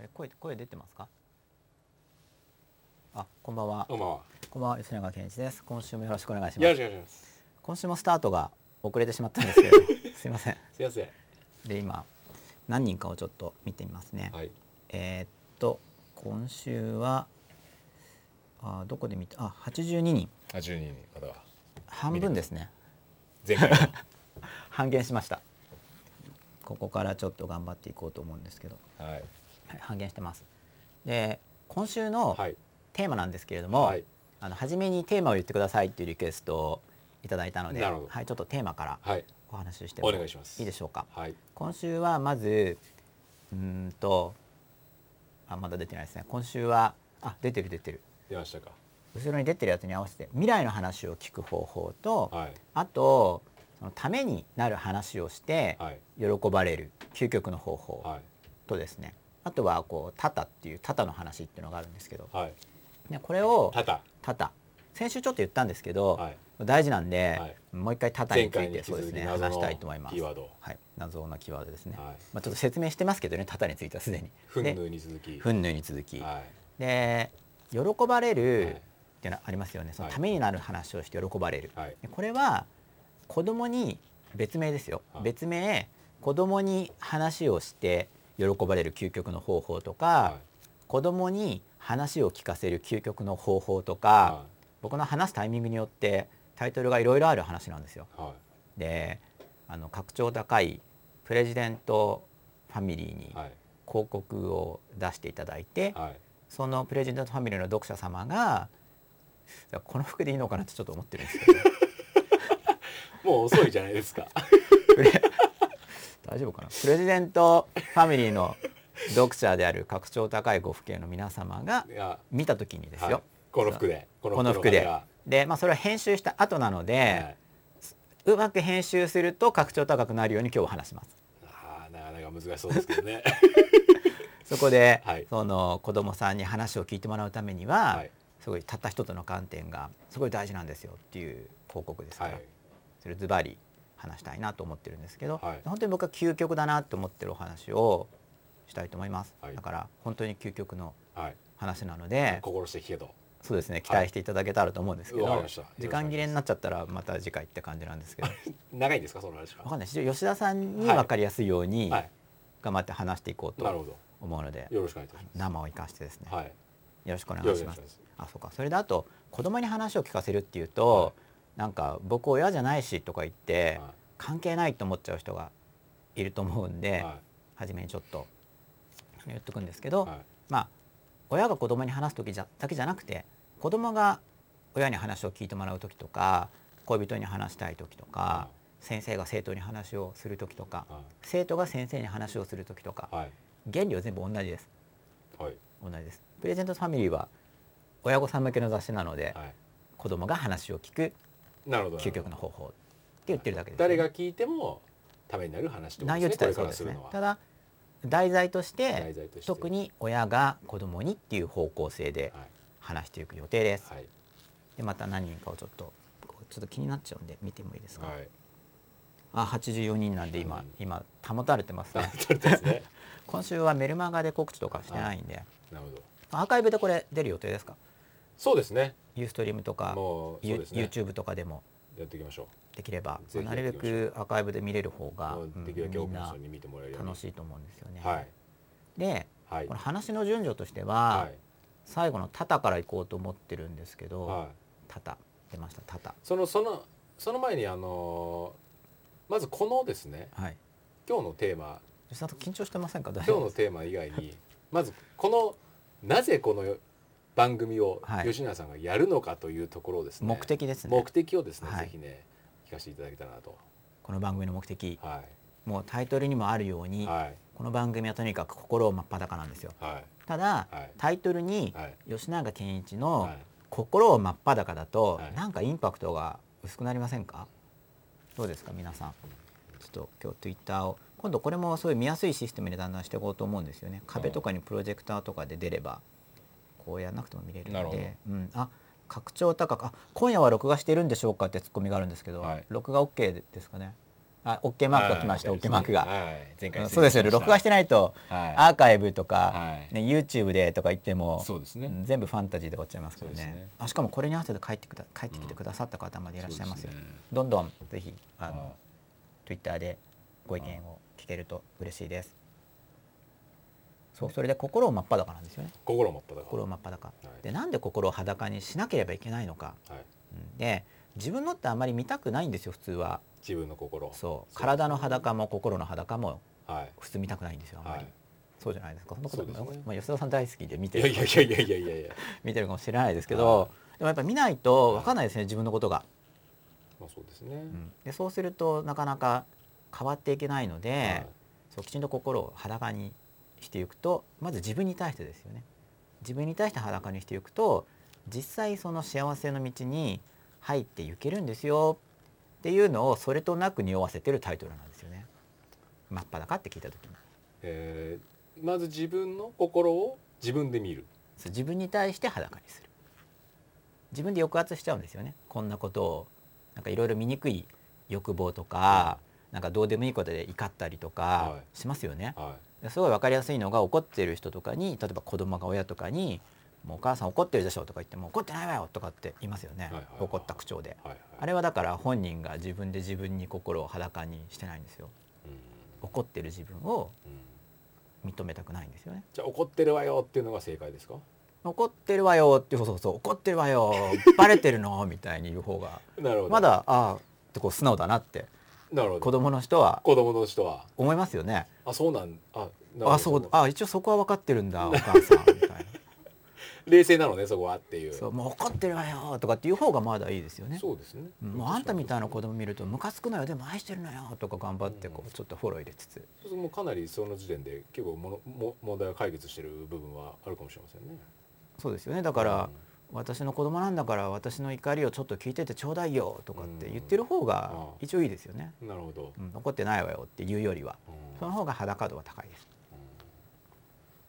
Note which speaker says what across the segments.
Speaker 1: え声声出てますかあこんばんは
Speaker 2: こんばんは。
Speaker 1: こんばんは吉永健一です今週もよろしくお願いし
Speaker 2: よ
Speaker 1: ま
Speaker 2: ろし
Speaker 1: す
Speaker 2: くお願いします。
Speaker 1: 今週もスタートが遅れてしまったんですけれど すいません
Speaker 2: すいません。
Speaker 1: で今何人かをちょっと見てみますね、
Speaker 2: はい。
Speaker 1: えーっと今週はあどこで見たあ82人
Speaker 2: あ、十人の方が
Speaker 1: 半分ですね
Speaker 2: 前回の
Speaker 1: 半減しましたここからちょっと頑張っていこうと思うんですけど、
Speaker 2: はい
Speaker 1: はい、半減してますで今週の
Speaker 2: はい
Speaker 1: テーマなんですけれども、
Speaker 2: はい
Speaker 1: あの初めにテーマを言ってくださいっていうリクエストをいただいたので
Speaker 2: なるほど
Speaker 1: はい、ちょっとテーマから
Speaker 2: はい
Speaker 1: お話ししても
Speaker 2: お願いします。
Speaker 1: いいでしょうか
Speaker 2: はい
Speaker 1: 今週はまずうーんとあまだ出てないですね今週はあ出てる出てる
Speaker 2: 出ましたか。
Speaker 1: 後ろに出てるやつに合わせて未来の話を聞く方法と、
Speaker 2: はい
Speaker 1: あとそのためになる話をして
Speaker 2: はい
Speaker 1: 喜ばれる究極の方法
Speaker 2: はい
Speaker 1: とですね、あとはこうタタっていうタタの話っていうのがあるんですけど、
Speaker 2: はい。
Speaker 1: ね、これを
Speaker 2: ただ
Speaker 1: タタ先週ちょっと言ったんですけど、
Speaker 2: はい
Speaker 1: 大事なんで、
Speaker 2: はい
Speaker 1: もう一回タタ
Speaker 2: 前
Speaker 1: につ
Speaker 2: 回
Speaker 1: い
Speaker 2: に
Speaker 1: て
Speaker 2: 引き
Speaker 1: そうで
Speaker 2: 続
Speaker 1: す
Speaker 2: き
Speaker 1: ね
Speaker 2: 謎
Speaker 1: 話
Speaker 2: の
Speaker 1: し
Speaker 2: キ
Speaker 1: たいと思います
Speaker 2: ーワード
Speaker 1: はい、謎なキーワードですね、
Speaker 2: はい
Speaker 1: まあ、ちょっと説明してますけどねタタについてはすでに
Speaker 2: ふん
Speaker 1: で
Speaker 2: ぬに続き
Speaker 1: ふんぬに続き、
Speaker 2: は
Speaker 1: で喜ばれ
Speaker 2: い
Speaker 1: る、
Speaker 2: はい
Speaker 1: っていうのはありますよねその
Speaker 2: はい
Speaker 1: ためになる話をして喜ばれる、
Speaker 2: はい
Speaker 1: でこれは子供に別名ですよ、
Speaker 2: はい
Speaker 1: 別名子供に話をして喜ばれる究極の方法とか、
Speaker 2: は
Speaker 1: 子供に話を聞かせる究極の方法とか、
Speaker 2: いは
Speaker 1: 僕の話すタイミングによってタイトルがいろいろある話なんですよ。
Speaker 2: いは
Speaker 1: であの格調高いプレジデントファミリーに
Speaker 2: いはい
Speaker 1: 広告を出していただいて、
Speaker 2: はい
Speaker 1: そのプレジデントファミリーの読者様がいやこの服でいいのかなってちょっと思ってるんですけど
Speaker 2: もう遅いじゃないで すか。
Speaker 1: プレ 大丈夫かなプレジデントファミリーの読者である格調高いご父兄の皆様が
Speaker 2: いや
Speaker 1: 見た時にですよ、
Speaker 2: はいこの服でこ
Speaker 1: この服で
Speaker 2: は
Speaker 1: で、まあ、それを編集した後なので、
Speaker 2: い。
Speaker 1: うまく編集すると格調高くなるように今日は話します。
Speaker 2: ああなかなか難しそうですけど ね。
Speaker 1: そこで、
Speaker 2: はい
Speaker 1: その子供さんに話を聞いてもらうためには、
Speaker 2: はい
Speaker 1: すごいたった一つの観点がすごい大事なんですよっていう広告ですか
Speaker 2: は
Speaker 1: ら、
Speaker 2: い
Speaker 1: それズバリ話したいなと思ってるんですけど、
Speaker 2: はい
Speaker 1: 本当に僕は究極だなと思ってるお話をしたいと思います、
Speaker 2: はい
Speaker 1: だから本当に究極の
Speaker 2: はい。
Speaker 1: 話なので
Speaker 2: 心して聞けと。
Speaker 1: そうですね期待していただけたらと思うんですけど、
Speaker 2: わかりましたよろしく
Speaker 1: 時間切れになっちゃったらまた次回って感じなんですけど
Speaker 2: 長いんですかその話
Speaker 1: わ
Speaker 2: は。
Speaker 1: かんない吉田さんに分かりやすいように
Speaker 2: はい。
Speaker 1: 頑張って話していこう
Speaker 2: なる
Speaker 1: と
Speaker 2: ほど。
Speaker 1: 思うので、
Speaker 2: よろしくお願いいたし
Speaker 1: 生を生かしてですね、
Speaker 2: ます。はい。
Speaker 1: よろしくお願い
Speaker 2: よろし
Speaker 1: し
Speaker 2: くお願
Speaker 1: ま
Speaker 2: い
Speaker 1: す
Speaker 2: します。
Speaker 1: あそうかそれであと子供に話を聞かせるっていうと、なんか僕親じゃないしとか言って、
Speaker 2: は
Speaker 1: 関係ないと思っちゃう人がいると思うん
Speaker 2: い
Speaker 1: で、
Speaker 2: は
Speaker 1: 初めにちょっと言っとくんですけど、
Speaker 2: いはい
Speaker 1: まあ親が子供に話す時じゃだけじゃなくて子供が親に話を聞いてもらう時とか恋人に話したい時とか、先生が生徒に話をする時とか、
Speaker 2: は
Speaker 1: 生徒が先生に話をする時とか、
Speaker 2: いはい
Speaker 1: 原理は全部同じです
Speaker 2: はい
Speaker 1: 同じですプレゼントファミリーは親御さん向けの雑誌なので、
Speaker 2: は
Speaker 1: 子供が話を聞く
Speaker 2: い。なるほど。
Speaker 1: 究極の方法って言ってるだけです、
Speaker 2: 誰が聞いてもためになる話ってこと
Speaker 1: 内容
Speaker 2: ですね。
Speaker 1: 自体はそう
Speaker 2: これから
Speaker 1: ですす
Speaker 2: る
Speaker 1: ね
Speaker 2: のは。
Speaker 1: ただ題材として
Speaker 2: 題材として
Speaker 1: 特に親が子供にっていう方向性で
Speaker 2: はい
Speaker 1: 話していく予定です、
Speaker 2: はい
Speaker 1: でまた何人かをちょっとこうちょっと気になっちゃうんで見てもいいですか、
Speaker 2: はい。
Speaker 1: あ84人なんで今、
Speaker 2: うん
Speaker 1: 今保たれてますね
Speaker 2: 取れてますね。
Speaker 1: 今週はメルマガで告知とかしてないんで、
Speaker 2: なるほど。
Speaker 1: アーカイブでこれ出る予定ですか
Speaker 2: そうですね。
Speaker 1: ユーストリームとか、
Speaker 2: もうそ
Speaker 1: ユ
Speaker 2: うですね。
Speaker 1: YouTube とかでも
Speaker 2: やっていきましょ
Speaker 1: できれば
Speaker 2: ぜひ
Speaker 1: なるべくアーカイブで見れる方
Speaker 2: う。
Speaker 1: が、
Speaker 2: もう
Speaker 1: うん
Speaker 2: できるだけ
Speaker 1: み
Speaker 2: 多
Speaker 1: ん
Speaker 2: くの
Speaker 1: な
Speaker 2: 人に見てもらえるように。
Speaker 1: 楽しいと思うんですよね。
Speaker 2: はい
Speaker 1: で
Speaker 2: はい
Speaker 1: この話の順序としては、
Speaker 2: はい
Speaker 1: 最後の「タタ」からいこうと思ってるんですけど「
Speaker 2: はい。
Speaker 1: タタ」出ました「タタ
Speaker 2: そのそのその前にあのーまずこのですね」
Speaker 1: はい
Speaker 2: 今日のテーマ
Speaker 1: 吉田さん緊張してませんか大
Speaker 2: 今
Speaker 1: 丈
Speaker 2: 日
Speaker 1: 夫
Speaker 2: のテーマ以外 にまずこのなぜこの番組を
Speaker 1: はい
Speaker 2: 吉永さんがやるのかというところをですね、
Speaker 1: 目的ですね
Speaker 2: 目的をですね、
Speaker 1: はい
Speaker 2: ぜひね聞かせていただけたらなと
Speaker 1: この番組の目的
Speaker 2: は
Speaker 1: もうタイトルにもあるよう
Speaker 2: い
Speaker 1: に、
Speaker 2: はい
Speaker 1: この番組はとにかく心を真っ裸なんですよ
Speaker 2: はい
Speaker 1: ただ、
Speaker 2: はい
Speaker 1: タイトルに
Speaker 2: はい
Speaker 1: 吉永健一の
Speaker 2: はい
Speaker 1: 「心を真っ裸」だと、
Speaker 2: はい
Speaker 1: なんかインパクトが薄くなりませんかどうですか皆さんちょっと今日ツイッターを今度これもそういう見やすいシステムでだんだんしていこうと思うんですよね壁とかにプロジェクターとかで出ればこうやらなくても見れる
Speaker 2: なる
Speaker 1: の
Speaker 2: ほど
Speaker 1: で、うん、あ拡張高くあ今夜は録画してるんでしょうかってツッコミがあるんですけど、
Speaker 2: はい
Speaker 1: 録画 OK ですかねあ OK マークが来ました
Speaker 2: はい
Speaker 1: OK マークが。
Speaker 2: はい
Speaker 1: う
Speaker 2: 前
Speaker 1: ん
Speaker 2: 回
Speaker 1: そうですよね録画しててないと
Speaker 2: はい
Speaker 1: アーカイブとか
Speaker 2: はい
Speaker 1: ね YouTube でとか言っても
Speaker 2: そうですね
Speaker 1: うん全部ファンタジーで終わっちゃいますから
Speaker 2: そうです
Speaker 1: ね
Speaker 2: ね
Speaker 1: あしかもこれに合わせて帰ってくだ帰ってきてくださった方までいらっしゃいますよ
Speaker 2: そうですね
Speaker 1: どんどんぜひあ
Speaker 2: は
Speaker 1: の Twitter でご意見を聞けると嬉しいですそうそれで心を真っ裸なんですよね
Speaker 2: い心を持っただか
Speaker 1: 心
Speaker 2: ら
Speaker 1: を真っ裸
Speaker 2: い
Speaker 1: でなんで心を裸にしなければいけないのか
Speaker 2: はい
Speaker 1: うんで自分のってあまり見たくないんですよ普通は
Speaker 2: 自分の心
Speaker 1: そう
Speaker 2: ですね
Speaker 1: 体の裸も心の裸も
Speaker 2: はい
Speaker 1: 普通見たくないんですよあんま
Speaker 2: は
Speaker 1: り、そうじゃないですかそんなことない
Speaker 2: そうですね
Speaker 1: まあ、吉田さん大好きで見
Speaker 2: い
Speaker 1: て
Speaker 2: いや
Speaker 1: る
Speaker 2: いやいやいやいやいやいや
Speaker 1: 見てるかもしれないですけどでもやっぱ見ないと分かんないですね自分のことが、
Speaker 2: まあそうですね
Speaker 1: うんでそうするとなかなか変わっていけないので、
Speaker 2: はい
Speaker 1: そうきちんと心を裸にしていくとまず自分に対してですよね自分に対して裸にしていくと実際その幸せの道に入っていけるんですよっていうのをそれとなく匂わせてるタイトルなんですよね真っ裸って聞いた時に
Speaker 2: えーまず自分の心を自分で見る
Speaker 1: そう自分に対して裸にする自分で抑圧しちゃうんですよねこんなことをなんかいろいろ醜い欲望とかなんかどうでもいいことで怒ったりとか
Speaker 2: は
Speaker 1: しますよね、
Speaker 2: は
Speaker 1: すごい分かりやすいのが怒ってる人とかに例えば子供が親とかに「もうお母さん怒ってるでしょ」とか言って「もう怒ってないわよ」とかって言いますよね、
Speaker 2: いはいはい
Speaker 1: 怒った口調で、
Speaker 2: いはいはい
Speaker 1: あれはだから本人が自分で自分に心を裸にしてないんですよ
Speaker 2: うん
Speaker 1: 怒ってる自分を
Speaker 2: うん
Speaker 1: 認めたくないんですよね
Speaker 2: じゃあ怒ってるわよっていうのが正解ですか
Speaker 1: 怒ってるわよってそうそうそう怒ってるわよバレてるのみたいに言う方 が
Speaker 2: なるほど
Speaker 1: まだああってこう素直だなって
Speaker 2: なるほど
Speaker 1: 子供の人は
Speaker 2: 子供の人は
Speaker 1: 思いますよね
Speaker 2: あそうなんあなるほど
Speaker 1: あそうあ一応そこは分かってるんだお母さんみ たいな。
Speaker 2: 冷静なのねそこはっていう
Speaker 1: そうもう怒ってるわよとかっていう方がまだいいですよね。
Speaker 2: そうですね
Speaker 1: うんもうあんたみたいな子供見るとムカつくのよでも愛してるのよとか頑張ってこ
Speaker 2: う
Speaker 1: うちょっとフォロー入れつつ
Speaker 2: そうそうもうかなりその時点で結構ものも問題を解決してる部分はあるかもしれませんね
Speaker 1: そうですよねだから私の子供なんだから私の怒りをちょっと聞いててちょうだいよとかって言ってる方が
Speaker 2: うん
Speaker 1: 一応いいですよね、
Speaker 2: うんなるほど、
Speaker 1: うん、怒ってないわよっていうよりは
Speaker 2: うん
Speaker 1: その方が裸度は高いです。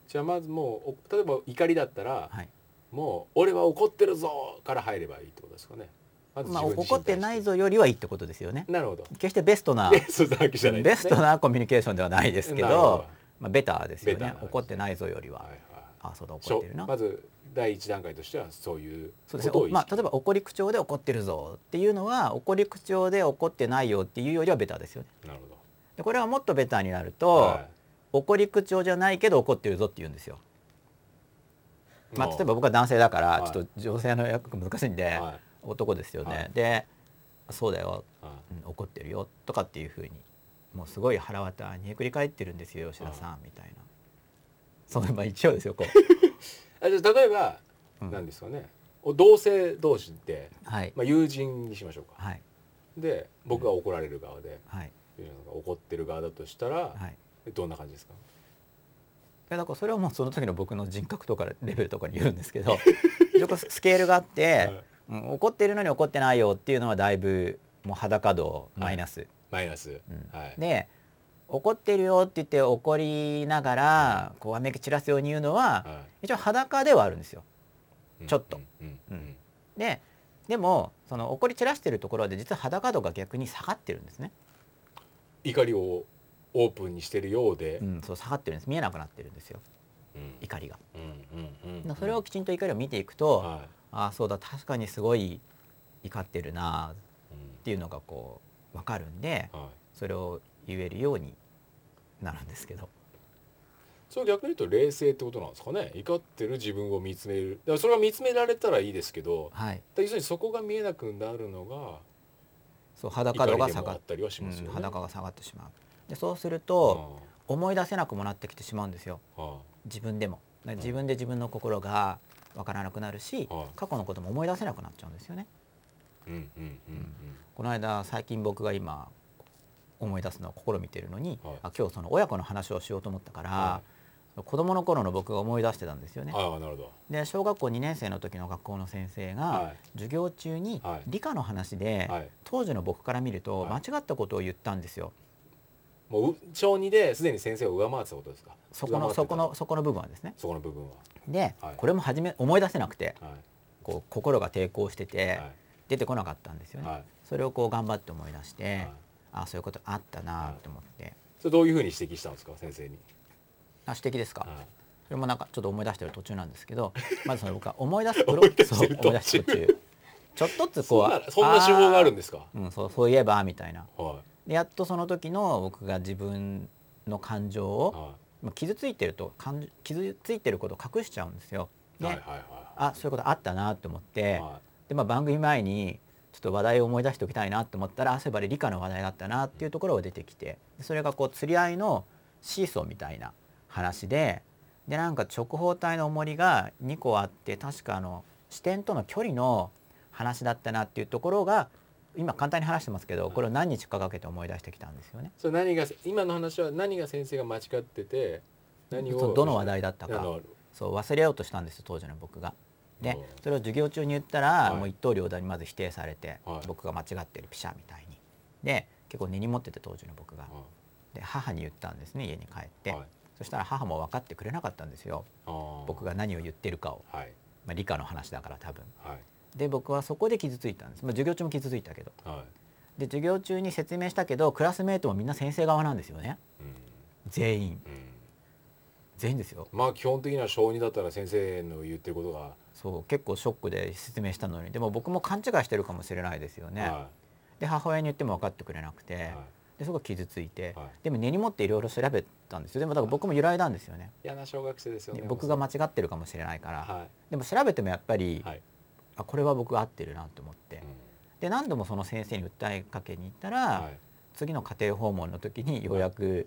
Speaker 2: じゃあまずもうお例えば怒りだったら、
Speaker 1: はい
Speaker 2: もう俺は怒ってるぞから入ればいいってことですかねまず
Speaker 1: まあ、
Speaker 2: 自分自
Speaker 1: 怒
Speaker 2: 身
Speaker 1: っ
Speaker 2: に対して
Speaker 1: ないぞよりはいいってことですよね。
Speaker 2: なるほど
Speaker 1: 決してベストな
Speaker 2: そうだけじゃない
Speaker 1: ベストなコミュニケーションではないですけど
Speaker 2: なるほど
Speaker 1: まあ、ベターですよ
Speaker 2: ベタ
Speaker 1: ね
Speaker 2: ーな
Speaker 1: 怒ってないぞよりは、
Speaker 2: はいはい
Speaker 1: あそうだ
Speaker 2: し
Speaker 1: 怒っ
Speaker 2: ょ
Speaker 1: てるな
Speaker 2: まず第一段階としてはそういう
Speaker 1: そうですね
Speaker 2: ことを
Speaker 1: お
Speaker 2: 意識
Speaker 1: まあ、例えば怒り口調で怒ってるぞっていうのは怒り口調で怒ってないよっていうよりはベターですよね。
Speaker 2: なるほど
Speaker 1: でこれはもっとベターになると、
Speaker 2: は
Speaker 1: 怒り口調じゃないけど怒ってるぞって言うんですよ。
Speaker 2: い
Speaker 1: まあ、
Speaker 2: も
Speaker 1: 例
Speaker 2: う
Speaker 1: えば僕は男性だから
Speaker 2: はい
Speaker 1: ちょっと女性の役難しいんで、
Speaker 2: はい
Speaker 1: 男ですよね。
Speaker 2: はい
Speaker 1: でそうだよ、
Speaker 2: は
Speaker 1: うん怒ってるよとかっていうふうにもうすごい腹渡にえくり返ってるんですよ吉田さんみたいな。そのまあ一応ですよこ
Speaker 2: いあじゃあ例えば
Speaker 1: う、う
Speaker 2: 何
Speaker 1: ん、
Speaker 2: ですかねお同性同士で、
Speaker 1: はい
Speaker 2: まあ、友人にしましょうか、
Speaker 1: はい
Speaker 2: で僕が怒られる側で、
Speaker 1: はい
Speaker 2: 友人が怒ってる側だとしたら、
Speaker 1: はい。
Speaker 2: どんな感じですか
Speaker 1: いやだからそれはもうその時の僕の人格とかレベルとかによるんですけ ど一応こうスケールがあって、
Speaker 2: はい
Speaker 1: うん怒ってるのに怒ってないよっていうのはだいぶもう裸度マイナス、
Speaker 2: マイナス、
Speaker 1: うん
Speaker 2: はい
Speaker 1: で怒ってるよって言って怒りながらこうわめき散らすように言うのは
Speaker 2: は
Speaker 1: 一応裸ではあるんですよ。
Speaker 2: い
Speaker 1: ちょっと
Speaker 2: うん
Speaker 1: う
Speaker 2: うんん
Speaker 1: ででもその怒り散らしてるところで実は裸度が逆に下がってるんですね。
Speaker 2: 怒りをオープンにしてるようで、
Speaker 1: うん、そう下がってるんです。見えなくなってるんですよ。
Speaker 2: うん
Speaker 1: 怒りが。
Speaker 2: うんうんうん
Speaker 1: それをきちんと怒りを見ていくと、
Speaker 2: は
Speaker 1: ああそうだ確かにすごい怒ってるな
Speaker 2: いう
Speaker 1: っ
Speaker 2: ん
Speaker 1: ていうのがこう分かるんで
Speaker 2: はい、
Speaker 1: それを言えるようになるんですけど
Speaker 2: それ逆に言うと冷静ってことなんですかね怒ってる自分を見つめるだからそれが見つめられたらいいですけど
Speaker 1: はい
Speaker 2: だから要するにそこが見えなくなるのが
Speaker 1: そう裸
Speaker 2: 怒
Speaker 1: 度
Speaker 2: り
Speaker 1: が
Speaker 2: で
Speaker 1: 下
Speaker 2: も
Speaker 1: が
Speaker 2: あ
Speaker 1: っ
Speaker 2: ったりはし
Speaker 1: う
Speaker 2: ます
Speaker 1: ん
Speaker 2: よね、
Speaker 1: 裸が下がってしまうでそうすると
Speaker 2: あ
Speaker 1: 思い出せなくもなってきてしまうんですよ
Speaker 2: ああ
Speaker 1: 自分でもだから
Speaker 2: うん
Speaker 1: 自分で自分の心が分からなくなるし
Speaker 2: はい
Speaker 1: 過去のことも思い出せなくなっちゃうんですよね
Speaker 2: あうんうんうん
Speaker 1: この間最近僕が今思い出すのを試みてるのに、
Speaker 2: はい
Speaker 1: あ今日その親子の話をしようと思ったから、
Speaker 2: は
Speaker 1: 子供の頃の僕が思い出してたんですよ
Speaker 2: う
Speaker 1: ね
Speaker 2: ん、。ああなるほど
Speaker 1: で小学校2年生の時の学校の先生が、
Speaker 2: はい
Speaker 1: 授業中に
Speaker 2: はい
Speaker 1: 理科の話で、
Speaker 2: はい
Speaker 1: 当時の僕から見ると
Speaker 2: は
Speaker 1: 間
Speaker 2: い
Speaker 1: 違ったことを言ったんですよ。
Speaker 2: もう小二ですでに先生を上回ってたことですか
Speaker 1: そこ
Speaker 2: 上回っ
Speaker 1: の
Speaker 2: てた
Speaker 1: そこのそこの部分はですね。
Speaker 2: そこの部分は
Speaker 1: で、
Speaker 2: はい
Speaker 1: これも初め思い出せなくて
Speaker 2: は
Speaker 1: こう心が抵抗して
Speaker 2: い
Speaker 1: て、
Speaker 2: は
Speaker 1: 出てこなかったんです
Speaker 2: い
Speaker 1: よね。
Speaker 2: は
Speaker 1: それをこう頑張って思い出して、
Speaker 2: いはい
Speaker 1: あそういうことあったなと思って、
Speaker 2: それどういうふうに指摘したんですか先生に。
Speaker 1: あ指摘ですか、
Speaker 2: はい
Speaker 1: それもなんかちょっと思い出してる途中なんですけ どまずその僕は思い出すプロ
Speaker 2: 思い出してる
Speaker 1: そう思い出す
Speaker 2: 途
Speaker 1: 途
Speaker 2: 中
Speaker 1: 中ちょっとずつこう
Speaker 2: そんなそんな手法があるんですか。
Speaker 1: あーうん、そうそういえばみたいな
Speaker 2: は
Speaker 1: でやっとその時の僕が自分の感情
Speaker 2: い
Speaker 1: を、
Speaker 2: は
Speaker 1: まあ傷ついてると感じ傷ついてることを隠しちゃうんですよ。
Speaker 2: い
Speaker 1: ね
Speaker 2: はいはいは
Speaker 1: あそういうことあったなと思っ
Speaker 2: い
Speaker 1: て、
Speaker 2: は
Speaker 1: でまあ、番組前にちょっと話題を思い出しておきたいなと思ったら汗ばれ理科の話題だったなっていうところが出てきてそれがこう釣り合いのシーソーみたいな話ででなんか直方体の重りが2個あって確かあの視点との距離の話だったなっていうところが今簡単に話してますけどこれを何日かかけて思い出してきたんですよね。
Speaker 2: い。それ何が今の話は何が先生が間違ってて何
Speaker 1: そ
Speaker 2: を
Speaker 1: のどの話題だった
Speaker 2: あ
Speaker 1: か
Speaker 2: の
Speaker 1: そう忘れようとしたんですよ当時の僕が。で
Speaker 2: おう
Speaker 1: それを授業中に言ったら、
Speaker 2: い
Speaker 1: もう一刀両断にまず否定されて、
Speaker 2: はい
Speaker 1: 僕が間違ってるピシャみたいにで結構根に持ってて当時の僕が
Speaker 2: は
Speaker 1: で母に言ったんですね家に帰っ
Speaker 2: い
Speaker 1: て、
Speaker 2: はい
Speaker 1: そしたら母も分かってくれなかったんですよ
Speaker 2: あー
Speaker 1: 僕が何を言ってるかを、
Speaker 2: はい
Speaker 1: まあ、理科の話だから多分
Speaker 2: はい
Speaker 1: で僕はそこで傷ついたんです、まあ、授業中も傷ついたけど
Speaker 2: はい。
Speaker 1: で授業中に説明したけどクラスメートもみんな先生側なんですよね
Speaker 2: う
Speaker 1: 全員
Speaker 2: んうん。
Speaker 1: 全員ですよ
Speaker 2: まあ基本的には小児だったら先生の言ってることが
Speaker 1: そう結構ショックで説明したのにでも僕も勘違いしてるかもしれないですよね、
Speaker 2: は
Speaker 1: で母親に言っても分かってくれなくて、
Speaker 2: いはい
Speaker 1: でそこが傷ついて、
Speaker 2: はい
Speaker 1: でも根に持っていろいろ調べたんですよでもだから僕も揺らいだんですよね
Speaker 2: 嫌な小学生ですよね
Speaker 1: で。僕が間違ってるかもしれないから、
Speaker 2: は
Speaker 1: でも調べてもやっぱり
Speaker 2: い、はい。
Speaker 1: あこれは僕合ってるなと思って、
Speaker 2: うん
Speaker 1: で何度もその先生に訴えかけに行ったら、
Speaker 2: はい。
Speaker 1: 次の家庭訪問の時にようやく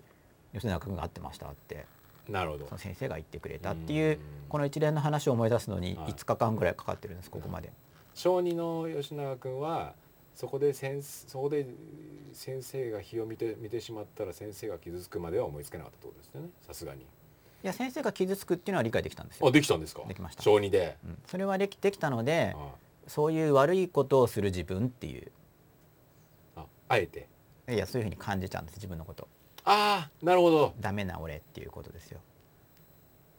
Speaker 1: 吉永君が合ってましたって
Speaker 2: なるほど
Speaker 1: そ。の先生が言ってくれたっていう
Speaker 2: うん
Speaker 1: この一連の話を思い出すのに
Speaker 2: はい
Speaker 1: 5日間ぐらいかかってるんですここまで。
Speaker 2: 小児の吉永君はそこで先そこで先生が日を見て見てしまったら先生が傷つくまでは思いつけなかったってことですよねさすがに
Speaker 1: いや先生が傷つくっていうのは理解できたんです
Speaker 2: あ
Speaker 1: よ。
Speaker 2: できたんですか
Speaker 1: できました
Speaker 2: 小児で、
Speaker 1: うんそれはできできたので、
Speaker 2: あ
Speaker 1: そういう悪いことをする自分っていう
Speaker 2: ああえて
Speaker 1: いやそういうふうに感じちゃうんです自分のこと
Speaker 2: ああなるほど
Speaker 1: ダメな俺っていうことですよ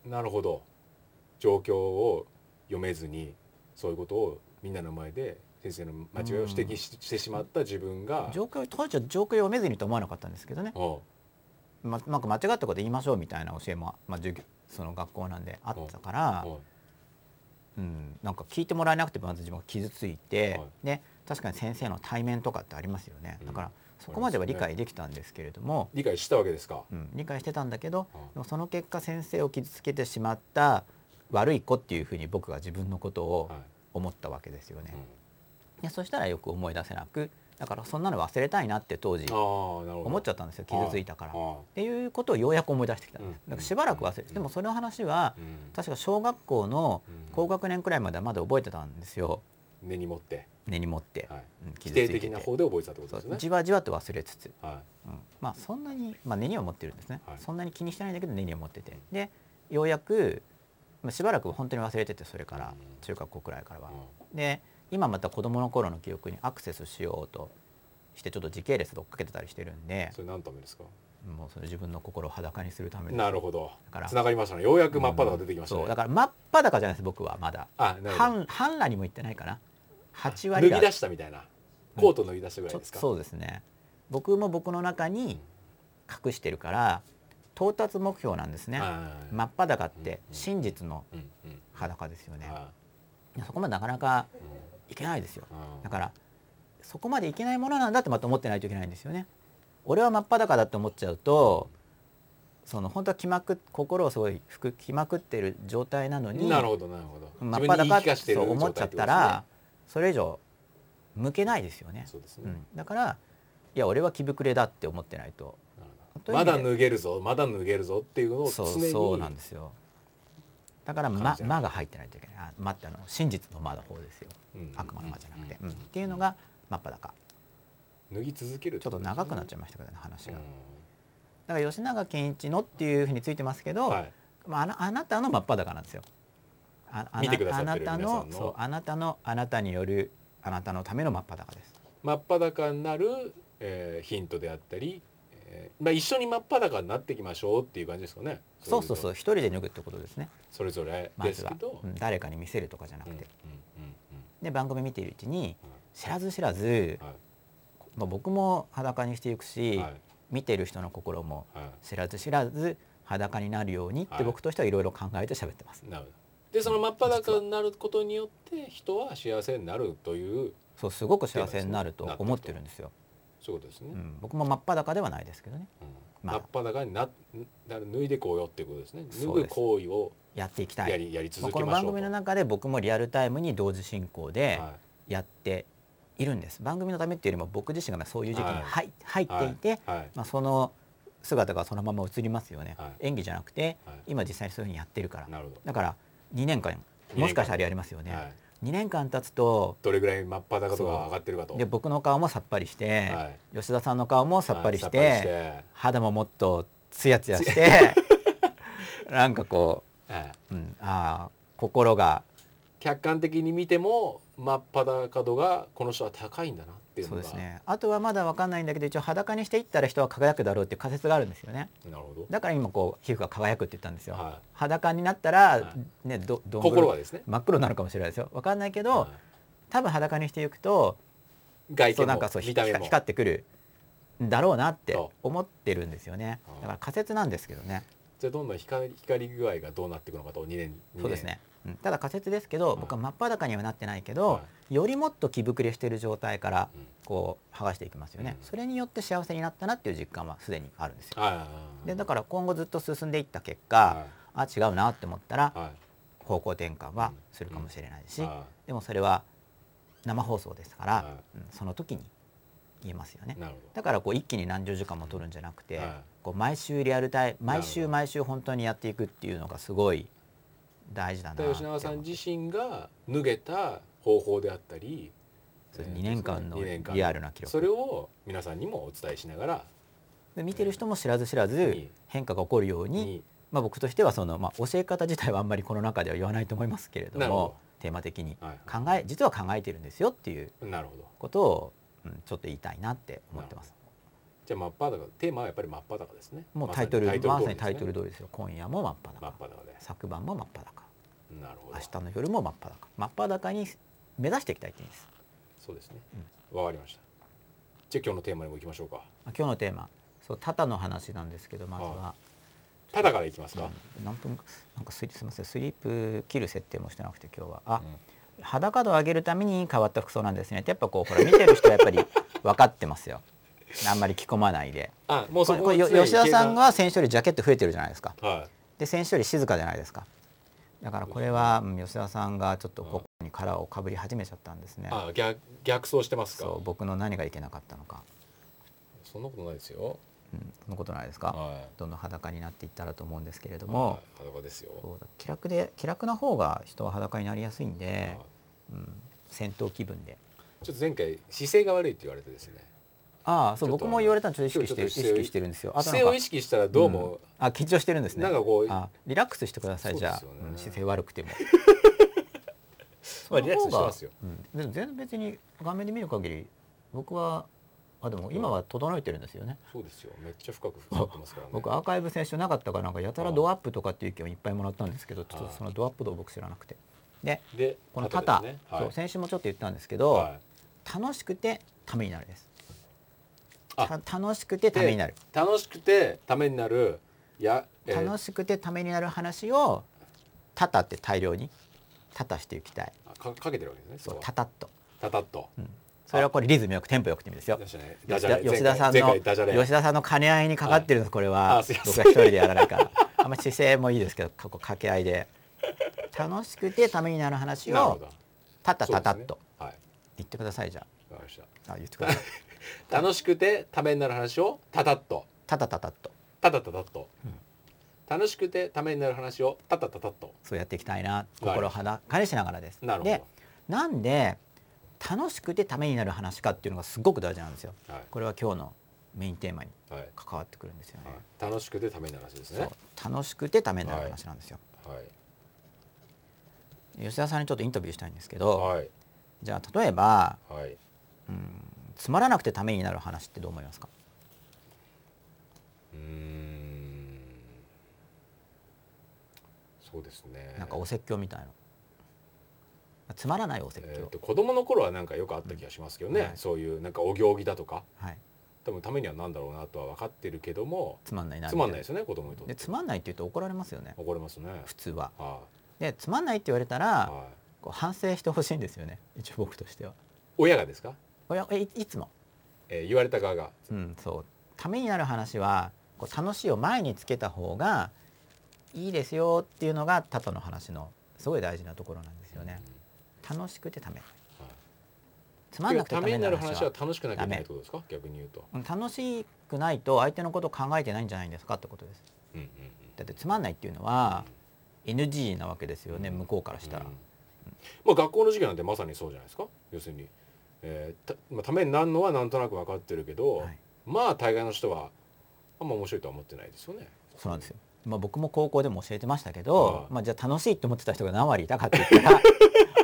Speaker 2: なるほど状況を読めずにそういうことをみんなの前で先生の間違いを指摘し,、てしまった自分が
Speaker 1: 状況当時は状況読めずにと思わなかったんですけどね
Speaker 2: あ
Speaker 1: まなんか間違ったこと言いましょうみたいな教えも、まあ、授業その学校なんであったから
Speaker 2: あ、
Speaker 1: うん、なんか聞いてもらえなくてまず自分が傷ついて、
Speaker 2: は
Speaker 1: ね確かに先生の対面とかってありますよね
Speaker 2: うん
Speaker 1: だから、そ
Speaker 2: そうですね
Speaker 1: こまでは理解できたんですけれども、
Speaker 2: 理解したわけですか、
Speaker 1: うん、理解してたんだけど
Speaker 2: あ
Speaker 1: でもその結果先生を傷つけてしまった悪い子っていうふうに僕が自分のことを
Speaker 2: はい
Speaker 1: 思ったわけですよね
Speaker 2: うん。
Speaker 1: いやそしたらよく思い出せなくだからそんなの忘れたいなって当時
Speaker 2: あーなるほど
Speaker 1: 思っちゃ
Speaker 2: ゃ
Speaker 1: ったんですよ傷ついたから。っ
Speaker 2: あ
Speaker 1: ていうことをようやく思い出してきたんです
Speaker 2: うん
Speaker 1: だからしばらく忘れて
Speaker 2: うん
Speaker 1: でもその話は
Speaker 2: ーうん
Speaker 1: 確か小学校の
Speaker 2: うん
Speaker 1: 高学年くらいまではまだ覚えてたんですよ
Speaker 2: 根に持って、
Speaker 1: 根に持って、
Speaker 2: はい、
Speaker 1: うん
Speaker 2: 否
Speaker 1: 傷つい
Speaker 2: 定
Speaker 1: てて
Speaker 2: 的な方で覚えてたってこと
Speaker 1: そ
Speaker 2: です
Speaker 1: う
Speaker 2: ね。
Speaker 1: じわじわと忘れつつ、
Speaker 2: は
Speaker 1: うんまあそんなに、まあ、根には持ってるんですね、
Speaker 2: はい
Speaker 1: そんなに気にしてないんだけど根には持っててでようやく、まあ、しばらく本当に忘れててそれか
Speaker 2: う
Speaker 1: ら
Speaker 2: ん
Speaker 1: 中学校くらいから
Speaker 2: い
Speaker 1: は。
Speaker 2: う
Speaker 1: で今また子どもの頃の記憶にアクセスしようとしてちょっと時系列で追っかけてたりしてるんで
Speaker 2: ん、それ何のためですか。
Speaker 1: もうその自分の心を裸にするために
Speaker 2: なるほど
Speaker 1: だから。
Speaker 2: つながりましたね。ようやく真っ裸が出てきましたね。
Speaker 1: そうだから真っ裸じゃないです僕はまだ
Speaker 2: あ、なるほ
Speaker 1: 半半裸にも行ってないかな8
Speaker 2: ど。
Speaker 1: 割
Speaker 2: 脱
Speaker 1: が
Speaker 2: ぎ出したみたいな。コート脱ぎ出したぐら
Speaker 1: ち
Speaker 2: い
Speaker 1: ょ
Speaker 2: ですか。
Speaker 1: そうですね僕も僕の中に隠してるから到達目標なんですね、
Speaker 2: はい
Speaker 1: 真っ裸っ
Speaker 2: うんうん
Speaker 1: て真実の
Speaker 2: うんうん
Speaker 1: 裸ですよね、
Speaker 2: はい
Speaker 1: やそこまでなかなか
Speaker 2: いうん
Speaker 1: いけないですよ
Speaker 2: うん
Speaker 1: だからそこまでいけないものなんだってまた思ってないといけないんですよね俺は真っ裸だって思っちゃうとその本当は気まく心をすごい服着まくってる状態なのに
Speaker 2: なるほどなるほど。
Speaker 1: 真っ
Speaker 2: 自分に言い聞
Speaker 1: 裸
Speaker 2: か
Speaker 1: っ
Speaker 2: せて
Speaker 1: て
Speaker 2: る
Speaker 1: 思っち
Speaker 2: 状
Speaker 1: ゃっ
Speaker 2: 態
Speaker 1: て
Speaker 2: ことですね
Speaker 1: たら、それ以上向けないですよね
Speaker 2: そうです
Speaker 1: う
Speaker 2: ね。
Speaker 1: ん、だからいや俺は着膨れだって思ってないと
Speaker 2: なるほ
Speaker 1: と
Speaker 2: ど
Speaker 1: いう意
Speaker 2: ま
Speaker 1: 味で
Speaker 2: だ脱げるぞ、まだ脱げるぞっていうのを
Speaker 1: そ
Speaker 2: 常
Speaker 1: う
Speaker 2: に。
Speaker 1: そうなんですよだから「
Speaker 2: 感
Speaker 1: ま」
Speaker 2: じない
Speaker 1: まが入ってないといけないあ「ま」ってあの真実の「ま」の方ですよ
Speaker 2: うん
Speaker 1: 悪魔の「ま」じゃなくて、
Speaker 2: う
Speaker 1: うんんっていうのが真っ裸
Speaker 2: 脱ぎ続ける
Speaker 1: ちょっと長くなっちゃ
Speaker 2: ゃ
Speaker 1: いましたけどね話
Speaker 2: う
Speaker 1: が、
Speaker 2: ん
Speaker 1: だから吉永健一のっていうふうについてますけど、
Speaker 2: はい。
Speaker 1: まあ、あなあなたの真っ裸なんですよああな
Speaker 2: 見てくださってる
Speaker 1: あなた
Speaker 2: 皆
Speaker 1: の
Speaker 2: さんの
Speaker 1: そうあなたのあなたによるあなたのための真っ裸です
Speaker 2: 真っ裸になる、えーヒントであったり、えーまあ、一緒に真っ裸になっていきましょうっていう感じですかね
Speaker 1: そうそうそうう一人で脱ぐってことですね
Speaker 2: それぞれ
Speaker 1: ま
Speaker 2: で
Speaker 1: ず
Speaker 2: すけ
Speaker 1: は、
Speaker 2: ど、
Speaker 1: うん誰かに見せるとかじゃなく
Speaker 2: うん
Speaker 1: て、
Speaker 2: うんうんうん
Speaker 1: で番組見ているうちに
Speaker 2: うん
Speaker 1: 知らず知らず
Speaker 2: はい
Speaker 1: こまあ、僕も裸にしていくし、
Speaker 2: はい
Speaker 1: 見てる人の心も
Speaker 2: は
Speaker 1: 知らず知らず裸になるようにっ
Speaker 2: は
Speaker 1: て
Speaker 2: い
Speaker 1: 僕としてはいろいろ考えて喋ってます。
Speaker 2: い、なるほどでその真っ裸になることによって人は幸せになるという
Speaker 1: そうすごく幸せになると思ってるんですよ。
Speaker 2: そういうことですね、
Speaker 1: う
Speaker 2: うん
Speaker 1: ん、僕も真っ裸ではないですけどねまあ
Speaker 2: 真っ裸になな脱いでこうよっていうことですね脱
Speaker 1: そうで
Speaker 2: ぐ
Speaker 1: す
Speaker 2: 行為を
Speaker 1: やっていきた
Speaker 2: や
Speaker 1: い。
Speaker 2: り,、やり続
Speaker 1: まあ、
Speaker 2: け
Speaker 1: この
Speaker 2: まし
Speaker 1: 番
Speaker 2: ょうと、
Speaker 1: 組の中で僕もリアルタイムに同時進行で
Speaker 2: は
Speaker 1: やっているんです。番組のためっていうよりも僕自身がそういう時期に
Speaker 2: はい
Speaker 1: 入入ってい
Speaker 2: い
Speaker 1: て、
Speaker 2: はいはい
Speaker 1: まあ、その姿がそのまま映りますよね、
Speaker 2: は
Speaker 1: 演技じゃなくて
Speaker 2: はい
Speaker 1: 今実際にそういうふうにやってるから
Speaker 2: なるほど
Speaker 1: だから2年間もしかしたらやりますよね、
Speaker 2: はい、
Speaker 1: 2年間経つと
Speaker 2: どれぐらい真っ裸とか上がってるかと
Speaker 1: で僕の顔もさっぱりして、
Speaker 2: はい
Speaker 1: 吉田さんの顔もさっぱりして,、
Speaker 2: はいさっぱ
Speaker 1: 肌ももっとツヤツヤして なんかこ、
Speaker 2: りしてはいう
Speaker 1: うん、ああ心が
Speaker 2: 客観的に見ても真っ裸度がこの人は高いんだなっていう
Speaker 1: そ
Speaker 2: の
Speaker 1: う
Speaker 2: が
Speaker 1: ですねあとはまだわかんないんだけど一応裸にしていったら人は輝くだろうっていう仮説があるんですよね
Speaker 2: なるほど
Speaker 1: だから今こう皮膚が輝くって言ったんですよ、
Speaker 2: は
Speaker 1: 裸になった
Speaker 2: い
Speaker 1: ら、ね、どどんぐらい
Speaker 2: 心がですね
Speaker 1: 真っ黒になるかもしれないですよわかんないけど、
Speaker 2: は
Speaker 1: 多分裸にしていくと
Speaker 2: い外
Speaker 1: そう
Speaker 2: 見
Speaker 1: なん
Speaker 2: も
Speaker 1: かそう
Speaker 2: 見た目
Speaker 1: 光
Speaker 2: も
Speaker 1: 光ってくるんだろうなって
Speaker 2: そ
Speaker 1: 思ってるんですよね
Speaker 2: うん
Speaker 1: だから仮説なんですけどね
Speaker 2: じゃあどんどん光光り具合がどうなっていくのかと2年
Speaker 1: そうですね、うんただ仮説ですけど、
Speaker 2: うん
Speaker 1: 僕は真っ裸にはなってないけ
Speaker 2: 2年
Speaker 1: ど、
Speaker 2: は
Speaker 1: よりもっと着膨れしてる状態から
Speaker 2: いうん
Speaker 1: こう剥がしていきますよね、
Speaker 2: うん
Speaker 1: それによって幸せになったなっていう実感はすでにあるんですよ、
Speaker 2: はいはいはい
Speaker 1: でだから今後ずっと進んでいった結果、あ違うなって思ったら
Speaker 2: はいはい
Speaker 1: 方向転換はするかもしれないし、
Speaker 2: は
Speaker 1: でもそれは生放送ですから、
Speaker 2: は
Speaker 1: うんその時に言えますよね
Speaker 2: いなる
Speaker 1: だからこう一気に何十時間も撮るんじゃなくて、
Speaker 2: はい
Speaker 1: こう毎週リアルタイム毎
Speaker 2: なる
Speaker 1: 週
Speaker 2: ほど
Speaker 1: 毎週本当にやっていくっていうのがすごい大事だなっ
Speaker 2: ほ
Speaker 1: て
Speaker 2: ど
Speaker 1: 思う
Speaker 2: で吉永さん自身が脱げた方法であったり
Speaker 1: そう
Speaker 2: えー
Speaker 1: 2年間の
Speaker 2: 二年間
Speaker 1: リアルな記録
Speaker 2: それを皆さんにもお伝えしながら
Speaker 1: で見てる人も知らず知らず
Speaker 2: に
Speaker 1: 変化が起こるように、
Speaker 2: に
Speaker 1: まあ、僕としてはその、まあ、教え方自体はあんまりこの中では言わないと思いますけれど
Speaker 2: なる
Speaker 1: も
Speaker 2: ほ
Speaker 1: テーマ的に
Speaker 2: どはい
Speaker 1: 考え実は考えてるんですよっていう
Speaker 2: なるほど
Speaker 1: ことを、うん、ちょっと言いたいなって思ってます。
Speaker 2: じゃあ真っ裸テーマはやっぱり真っ裸ですね
Speaker 1: もうタイトルま
Speaker 2: 通
Speaker 1: さ
Speaker 2: り
Speaker 1: に
Speaker 2: です
Speaker 1: タ
Speaker 2: ね
Speaker 1: イトル通りですよ今夜も真っ
Speaker 2: 真
Speaker 1: 裸
Speaker 2: っ裸で
Speaker 1: 昨晩も真っ裸
Speaker 2: なるほど
Speaker 1: 明日の夜も真っ裸真っ裸に目指していきたいって意味です
Speaker 2: そうですねわ、かりましたじゃあ今日のテーマにも行きましょうか
Speaker 1: まあ今日のテーマそうタタの話なんですけどまずは、
Speaker 2: ただからいきますか、
Speaker 1: うん何分なんかスリすみませんスリープ切る設定もしてなくて今日はあ、
Speaker 2: うん
Speaker 1: 裸度を上げるために変わった服装なんですねってやっぱこうほら見てる人はやっぱり分かってます よあんまり着込まないで
Speaker 2: あも
Speaker 1: こ
Speaker 2: うそ
Speaker 1: れ
Speaker 2: こ
Speaker 1: これよ吉田さんが先週よりジャケット増えてるじゃないですか
Speaker 2: は
Speaker 1: で先週より静かじゃないですかだからこれは、うん吉田さんがちょっとここに殻をかぶり始めちゃったんですね
Speaker 2: いあ逆逆走してますか
Speaker 1: そう僕の何がいけなかったのか、
Speaker 2: そんなことないですよ
Speaker 1: うん、そのことないですか、
Speaker 2: は
Speaker 1: どんどん裸になっていったらと思うんですけれど
Speaker 2: い
Speaker 1: も、
Speaker 2: はい裸ですよ
Speaker 1: そうだ気楽で気楽な方が人は裸になりやすいん
Speaker 2: は
Speaker 1: で
Speaker 2: い、
Speaker 1: うん、戦闘気分で
Speaker 2: ちょっと前回姿勢が悪いって言われてですね
Speaker 1: ああそう
Speaker 2: ちょっと
Speaker 1: 僕も言われたのちょっと意識して
Speaker 2: 今
Speaker 1: る
Speaker 2: 日
Speaker 1: 意
Speaker 2: ちょっと姿勢を
Speaker 1: 識してるんですよあとな
Speaker 2: 姿
Speaker 1: ん
Speaker 2: 勢
Speaker 1: か
Speaker 2: を意識したらどうも、
Speaker 1: んあ緊張してるんですね
Speaker 2: なんかこう
Speaker 1: あリラックスしてくださいじゃあ
Speaker 2: そうですよね
Speaker 1: うん姿勢悪くても
Speaker 2: まあリラックスしてますよ
Speaker 1: その方が、うん、でも全然別に画面で見る限り僕はあでも今は整えてるんですよね、
Speaker 2: そうですよめっちゃ深く深ってますからね
Speaker 1: 僕アーカイブ先週なかったからなんかやたらドアップとかっていう意見をいっぱいもらったんですけどちょっとそのドアップ度を僕知らなくてで
Speaker 2: で
Speaker 1: このタタ、
Speaker 2: 後ですね
Speaker 1: そ
Speaker 2: は
Speaker 1: う
Speaker 2: い
Speaker 1: 先週もちょっと言ったんですけど、
Speaker 2: はい
Speaker 1: 楽しくてためになるです。
Speaker 2: あ
Speaker 1: た楽しくてためになる。
Speaker 2: 楽しくてためになるや、えー
Speaker 1: 楽しくてためになる話をたたって大量にたたしていきたい。
Speaker 2: あかかけてるわけです
Speaker 1: そ
Speaker 2: ね
Speaker 1: う
Speaker 2: こは
Speaker 1: たたっと。
Speaker 2: たたっと、
Speaker 1: それはこれリズムよくテンポよくって意味ですよ。
Speaker 2: 吉
Speaker 1: 吉田吉田さんの
Speaker 2: 前回ダジャレ
Speaker 1: 吉田さんの兼ね合いにかかってるんですこれは
Speaker 2: あすいません
Speaker 1: 僕が一人でやらないから。あんま姿勢もいいですけど過去掛け合いで楽しくてためになる話
Speaker 2: なるほ
Speaker 1: を
Speaker 2: ど
Speaker 1: たたたたっ
Speaker 2: そうですね
Speaker 1: と
Speaker 2: はい
Speaker 1: 言ってくださいじゃ
Speaker 2: わかりまし
Speaker 1: あ。あ言ってくださ い。
Speaker 2: た楽しくてためになる話をたたっと
Speaker 1: たたたたっと
Speaker 2: たたたたっと、
Speaker 1: うん
Speaker 2: 楽しくてためになる話をたたたたっと
Speaker 1: そうやっていきたいな心を裸にしながらです。
Speaker 2: なるほ
Speaker 1: でなんで楽しくてためになる話かっていうのがすごく大事なんですよ。
Speaker 2: どは
Speaker 1: これは今日のメインテーマに
Speaker 2: い、はい
Speaker 1: 関わってくるんですよね。
Speaker 2: はい、楽しくてためになる話ですね
Speaker 1: そう楽しくてためになる話なんですよ。
Speaker 2: はい
Speaker 1: 吉田さんにちょっとインタビューしたいんですけど、
Speaker 2: はい
Speaker 1: じゃあ例えば
Speaker 2: はい
Speaker 1: うんつまらなくてためになる話ってどう思いますか。
Speaker 2: うーんそうですね
Speaker 1: なんかお説教みたいな。つまらないお説
Speaker 2: え
Speaker 1: 教
Speaker 2: ー、、と子供の頃はなんかよくあった気がしますけどね、
Speaker 1: うんはい
Speaker 2: そういうなんかお行儀だとか
Speaker 1: はい、
Speaker 2: 多分ためにはなんだろうなとは分かってるけども
Speaker 1: つまんないな
Speaker 2: つまんないですすよね子供にとって
Speaker 1: でつまんないって言うと怒られますよね
Speaker 2: 怒れますね
Speaker 1: 普通は
Speaker 2: は
Speaker 1: でつまんないって言われた
Speaker 2: い、
Speaker 1: ら
Speaker 2: はい、
Speaker 1: こう反省してほしいんですよね一応僕としては
Speaker 2: 親がですか、
Speaker 1: 親えいいつも、
Speaker 2: えー言われた側が
Speaker 1: うん、そうためになる話はこう楽しいを前につけた方がいいですよっていうのが他との話のすごい大事なところなんですよね楽しくてため
Speaker 2: うんはい
Speaker 1: つまんなくてた
Speaker 2: た
Speaker 1: め
Speaker 2: めに
Speaker 1: に
Speaker 2: な
Speaker 1: な
Speaker 2: る
Speaker 1: る
Speaker 2: 話
Speaker 1: 話
Speaker 2: は
Speaker 1: は
Speaker 2: 楽しくなきゃいけないってことですか逆に言うと、
Speaker 1: うん楽しくないと相手のことを考えてないんじゃないんですかってことです
Speaker 2: うんうんうん、
Speaker 1: だってつまんないっていうのは NG なわけですよね向こうからしたら、
Speaker 2: うんまあ、学校の授業なんてまさにそうじゃないですか要するに、えーたまあ、ためになるのはなんとなく分かってるけど、
Speaker 1: はい、
Speaker 2: まあ大概の人はあんま面白いとは思ってないですよね。
Speaker 1: そうなんですよ。まあ、僕も高校でも教えてましたけど、
Speaker 2: はい
Speaker 1: まあ、じゃあ楽しいと思ってた人が何割いたかって言ったら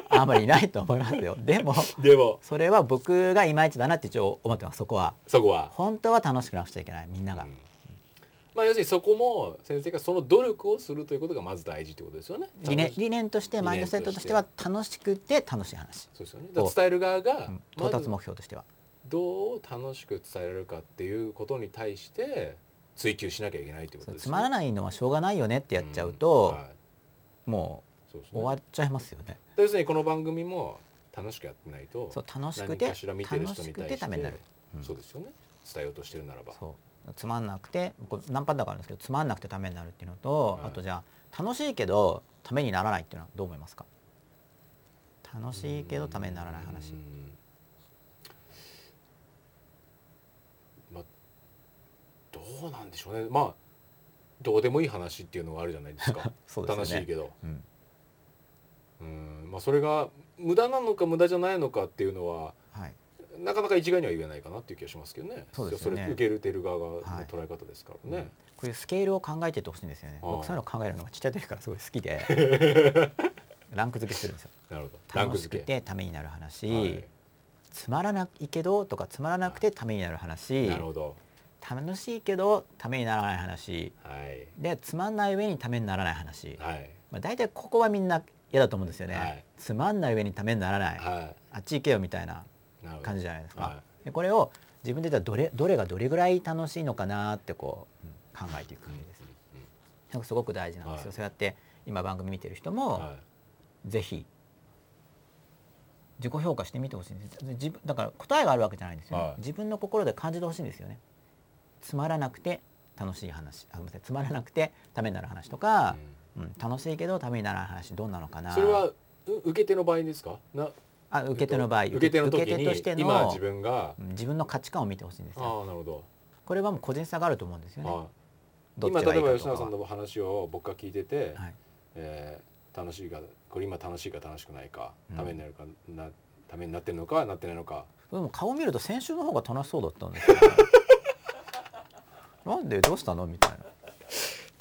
Speaker 1: あんまりいないと思いますよでも
Speaker 2: でも
Speaker 1: それは僕がいまいちだなって一応思ってますそこは
Speaker 2: そこは、
Speaker 1: 本当は楽しくなくちゃいけないみんなが、
Speaker 2: うんまあ、要するにそこも先生がその努力をするということがまず大事ってことですよね。
Speaker 1: 理念
Speaker 2: 楽し
Speaker 1: 理念としてマインドセットとしては楽しくて楽しい話、
Speaker 2: そうですよね、だから伝える側が
Speaker 1: うん
Speaker 2: ま
Speaker 1: 到
Speaker 2: ず
Speaker 1: 達目標としては、
Speaker 2: どう楽しく伝えられるかっていうことに対して追求しなきゃいけないってこと
Speaker 1: そう
Speaker 2: です
Speaker 1: つまらないのはしょうがないよねってやっちゃうと、
Speaker 2: んはい
Speaker 1: も
Speaker 2: そうです
Speaker 1: う終わっちゃいますよね
Speaker 2: で要するにこの番組も楽しくやってないと
Speaker 1: そう楽しく
Speaker 2: 何
Speaker 1: て
Speaker 2: かしら見てる
Speaker 1: 楽
Speaker 2: 人
Speaker 1: し
Speaker 2: に
Speaker 1: く
Speaker 2: 対して
Speaker 1: てためになる、うん
Speaker 2: そうですよね伝えようとしてるならば
Speaker 1: そうつまんなくてこれナンパだからですけどつまんなくてためになるっていうのと、
Speaker 2: は
Speaker 1: あ
Speaker 2: い
Speaker 1: とじゃあ楽しいけどためにならないっていうのはどう思いますか楽しいけどためにならない話
Speaker 2: うんまあどうなんでしょうねまあどうでもいい話っていうのがあるじゃないですか
Speaker 1: そうですよ
Speaker 2: 楽
Speaker 1: ね
Speaker 2: しいけど
Speaker 1: うん
Speaker 2: うんまあそれが無駄なのか無駄じゃないのかっていうのは
Speaker 1: はい、
Speaker 2: なかなか一概には言えないかなっていう気がしますけどね
Speaker 1: そうです
Speaker 2: そ
Speaker 1: よ
Speaker 2: れ
Speaker 1: ね
Speaker 2: 受け入れてる側の
Speaker 1: はい
Speaker 2: 捉え方ですから
Speaker 1: うん
Speaker 2: ね、
Speaker 1: こういうスケールを考えていってほしいんですよね
Speaker 2: あー
Speaker 1: 僕そういうの考えるのがちっちゃい時からすごい好きで ランク付けしてるんですよ
Speaker 2: なるほどラン
Speaker 1: 楽
Speaker 2: ク
Speaker 1: しく
Speaker 2: 付け
Speaker 1: てためになる話、
Speaker 2: はい
Speaker 1: つまらないけどとかつまらなくてためになる話
Speaker 2: なるほど
Speaker 1: 楽しいけどためにならない話
Speaker 2: はい
Speaker 1: でつまんない上にためにならない話、
Speaker 2: はい
Speaker 1: まあ、大体ここはみんな嫌だと思うんですよね、
Speaker 2: はい
Speaker 1: つまんない上にためにならない、
Speaker 2: は
Speaker 1: あっち行けよみたいない
Speaker 2: なるほど
Speaker 1: 感じじゃないですか、
Speaker 2: は
Speaker 1: でこれを自分でじゃあどれどれがどれぐらい楽しいのかなってこう考えていく感じです、なんかすごく大事なんですよ、
Speaker 2: はい
Speaker 1: そうやって今番組見てる人
Speaker 2: うん
Speaker 1: も、
Speaker 2: は
Speaker 1: ぜひ自己評価してみてほしいんです自分だから答えがあるわけじゃないんですよね、
Speaker 2: はい
Speaker 1: 自分の心で感じてほしいんですよねつまらなくて楽しい話あごめんなさいつまらなくてためになる話とか、
Speaker 2: い
Speaker 1: うん、楽しいけどためにならない話どんなのかな
Speaker 2: それはう受け手の場合ですかな
Speaker 1: あ受け手の場合、
Speaker 2: えっと受け手の時
Speaker 1: 受け手として
Speaker 2: に
Speaker 1: の
Speaker 2: 今自分が
Speaker 1: うん自分の価値観を見てほしいんです
Speaker 2: ああ
Speaker 1: よ
Speaker 2: なるほど
Speaker 1: これはもう個人差があると思うんですよね
Speaker 2: は
Speaker 1: ど
Speaker 2: い
Speaker 1: っちが
Speaker 2: 今
Speaker 1: いいか
Speaker 2: 例えば
Speaker 1: と
Speaker 2: 吉
Speaker 1: か
Speaker 2: 永さ
Speaker 1: は
Speaker 2: んの話を僕が聞いてて
Speaker 1: はい、
Speaker 2: えー楽しいかこれ今楽しいか楽しくないか
Speaker 1: うん
Speaker 2: ためになるかなためになってるのかなってないのか
Speaker 1: でも顔見ると先週の方が楽しそうだったんですよ、ね、 なんでどうしたのみたい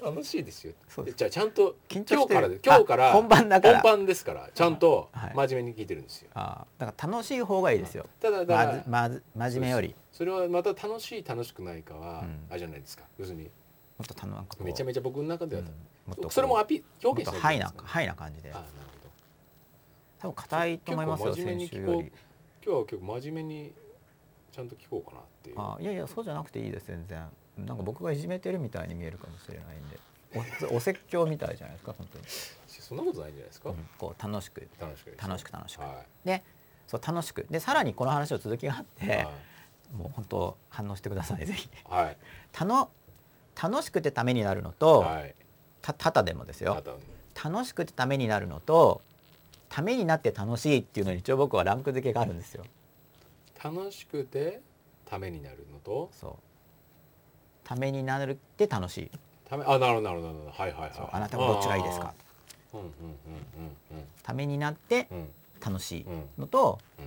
Speaker 1: な
Speaker 2: 楽しいですよ
Speaker 1: そうです
Speaker 2: じゃあちゃんと
Speaker 1: 緊張し
Speaker 2: 今日
Speaker 1: て
Speaker 2: から
Speaker 1: る
Speaker 2: で今日から
Speaker 1: あ本番だから
Speaker 2: 本番ですからちゃんと
Speaker 1: はい
Speaker 2: 真面目に聞いてるんですよ
Speaker 1: あーだから楽しい方がいいですよ、
Speaker 2: ただだか
Speaker 1: ま
Speaker 2: ら
Speaker 1: ずまず真面目より
Speaker 2: それはまた楽しい楽しくないかは、
Speaker 1: うん
Speaker 2: あれじゃないですか要するに
Speaker 1: もっとたのなんかこう
Speaker 2: めちゃめちゃ僕の中では、
Speaker 1: うんもっとこう
Speaker 2: それもアピ
Speaker 1: もっ
Speaker 2: 表現
Speaker 1: と
Speaker 2: して
Speaker 1: ハイなハイな感じで
Speaker 2: あなるほど
Speaker 1: 多分硬いと思いますよ
Speaker 2: 結構真面目
Speaker 1: 先週
Speaker 2: に聞こう
Speaker 1: より
Speaker 2: 今日は結構真面目にちゃんと聞こうかなっていう
Speaker 1: あいやいやそうじゃなくていいです全然なんか僕がいじめてるみたいに見えるかもしれないんでおお説教みたいじゃないですか本当に、
Speaker 2: そんなことないんじゃないですか、
Speaker 1: うんこう楽しく
Speaker 2: 楽しく
Speaker 1: 楽しく楽しく、
Speaker 2: は
Speaker 1: でそう楽しくでさらにこの話の続きがあっ
Speaker 2: い、
Speaker 1: て、もう本当反応してくださいぜひ
Speaker 2: はい
Speaker 1: たの楽しくてためになるのと、
Speaker 2: はい
Speaker 1: たただでもです
Speaker 2: あ
Speaker 1: よ
Speaker 2: とは
Speaker 1: 楽しくてためになるのとためになって楽しいっていうのに一応僕はランク付けがあるんですよ
Speaker 2: 楽しくてためになるのと
Speaker 1: そうためになるって楽しい
Speaker 2: ためあなるほどなるほどなるほどはいはいはい
Speaker 1: そうあなたはどっちがいいですか
Speaker 2: うんうんうん
Speaker 1: ためになって
Speaker 2: うんうん
Speaker 1: 楽しい
Speaker 2: うん
Speaker 1: のと
Speaker 2: う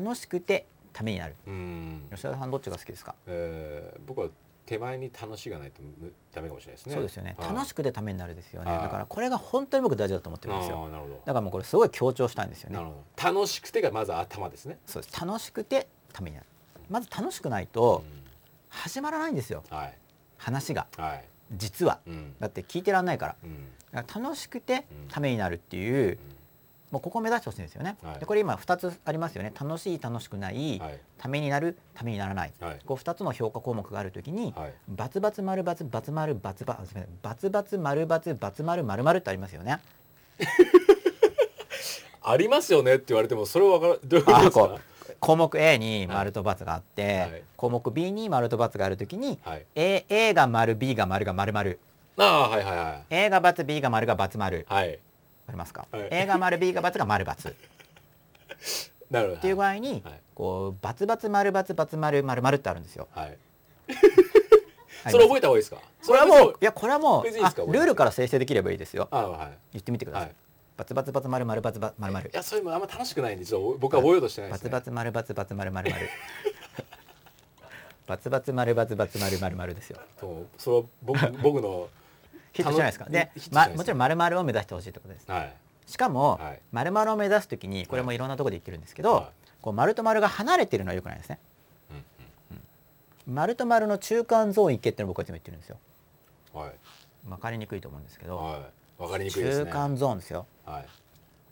Speaker 2: ん
Speaker 1: 楽しくてためになる
Speaker 2: うん
Speaker 1: 吉田さんどっちが好きですか、
Speaker 2: えー僕は手前に楽しがないとむダメかもしれないですね。
Speaker 1: そうですよね
Speaker 2: はい
Speaker 1: 楽しくてためになるですよね
Speaker 2: はい
Speaker 1: だからこれが本当に僕大事だと思ってるんです
Speaker 2: あ
Speaker 1: よ
Speaker 2: ーなるほど。
Speaker 1: だからもうこれすごい強調したいんですよね
Speaker 2: なるほど。楽しくてがまず頭ですね。
Speaker 1: そうです楽しくてためになるまず楽しくないと始まらないんですよ
Speaker 2: うんはい
Speaker 1: 話が
Speaker 2: はい。
Speaker 1: 実は
Speaker 2: うん
Speaker 1: だって聞いてらんないから
Speaker 2: うん
Speaker 1: だから楽しくてためになるっていうもうここを目指してほしいんですよね。
Speaker 2: はい
Speaker 1: でこれ今2つありますよね楽しい楽しくない、
Speaker 2: はい
Speaker 1: ためになるためにならない、
Speaker 2: はい
Speaker 1: こう2つの評価項目があるときに、
Speaker 2: はい
Speaker 1: バツバツ丸バツバツ丸バツバツすみませんバツバツ丸バツバツ丸丸丸ってありますよね。
Speaker 2: ありますよねって言われてもそれは分からどういうこと
Speaker 1: あ
Speaker 2: です
Speaker 1: こ
Speaker 2: か
Speaker 1: う項目 A に丸とバツがあって、
Speaker 2: はい
Speaker 1: 項目 B に丸とバツがあるときに、
Speaker 2: はい
Speaker 1: A, A が丸 B が丸が丸丸
Speaker 2: ああはいはいは
Speaker 1: A がバツ B が丸がバツ丸
Speaker 2: いはい
Speaker 1: わかりますか、
Speaker 2: はい
Speaker 1: A が丸 B がバツが丸バツっ
Speaker 2: なるほど
Speaker 1: ていう具
Speaker 2: はい
Speaker 1: 合に、
Speaker 2: はい
Speaker 1: こうバツバツ丸バツバツ丸丸丸ってあるんですよ。
Speaker 2: はいそれ
Speaker 1: あります
Speaker 2: 覚えた方がいいですか
Speaker 1: これはもういやこれはもう
Speaker 2: 別にいいですか
Speaker 1: あ
Speaker 2: これ
Speaker 1: ルールから生成できればいいですよ。
Speaker 2: ああはい
Speaker 1: 言ってみてください。
Speaker 2: はい
Speaker 1: バツバツバツ丸丸バツバツ丸丸
Speaker 2: い。やそれもあんま楽しくないんでちょっと僕は覚えようとしてないで
Speaker 1: バ
Speaker 2: す
Speaker 1: ツ
Speaker 2: ね
Speaker 1: バツ丸バ ツバツ丸丸丸。バツバツ丸バツバツ丸丸丸ですよ。
Speaker 2: そうそれは僕僕の
Speaker 1: ヒットしないですか。で
Speaker 2: ヒットし、
Speaker 1: ま
Speaker 2: ないですね
Speaker 1: もちろん丸丸を目指してほしいってことです。
Speaker 2: はい
Speaker 1: しかも、
Speaker 2: はい
Speaker 1: 丸丸を目指すときにこれもいろんなところで言ってるんですけど、
Speaker 2: はい
Speaker 1: こう丸と丸が離れてるのは良くないですね。
Speaker 2: うんうん
Speaker 1: 丸と丸の中間ゾーン行けっていうのを僕はいつも言ってるんですよ。
Speaker 2: はい
Speaker 1: わかりにくいと思うんですけど、
Speaker 2: はいわかりにくいです
Speaker 1: 中
Speaker 2: ね
Speaker 1: 間ゾーンですよ。
Speaker 2: はい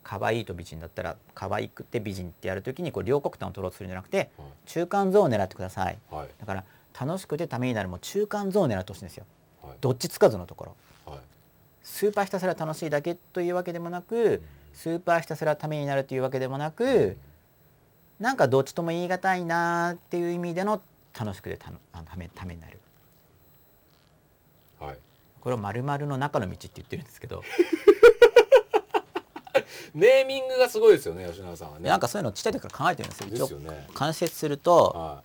Speaker 1: 可愛いと美人だったら可愛くて美人ってやるときにこう両極端を取ろうとするんじゃなくて
Speaker 2: は
Speaker 1: 中間ゾーンを狙ってください
Speaker 2: いはい
Speaker 1: だから楽しくてためになるも中間ゾーンを狙ってほしいんですよ
Speaker 2: はい
Speaker 1: どっちつかずのところ
Speaker 2: はい
Speaker 1: スーパーひたすら楽しいだけというわけでもなくスーパーひたすらためになるというわけでもなくなんかどっちとも言い難いなーっていう意味での楽しくてたのあのためためになる
Speaker 2: はい
Speaker 1: これを丸々の中の道って言ってるんですけど
Speaker 2: ネーミングがすごいですよね吉永さんはね
Speaker 1: なんかそういうのちっちゃい時から考えてるんですよ
Speaker 2: で
Speaker 1: 一応
Speaker 2: すよね
Speaker 1: 関節すると
Speaker 2: は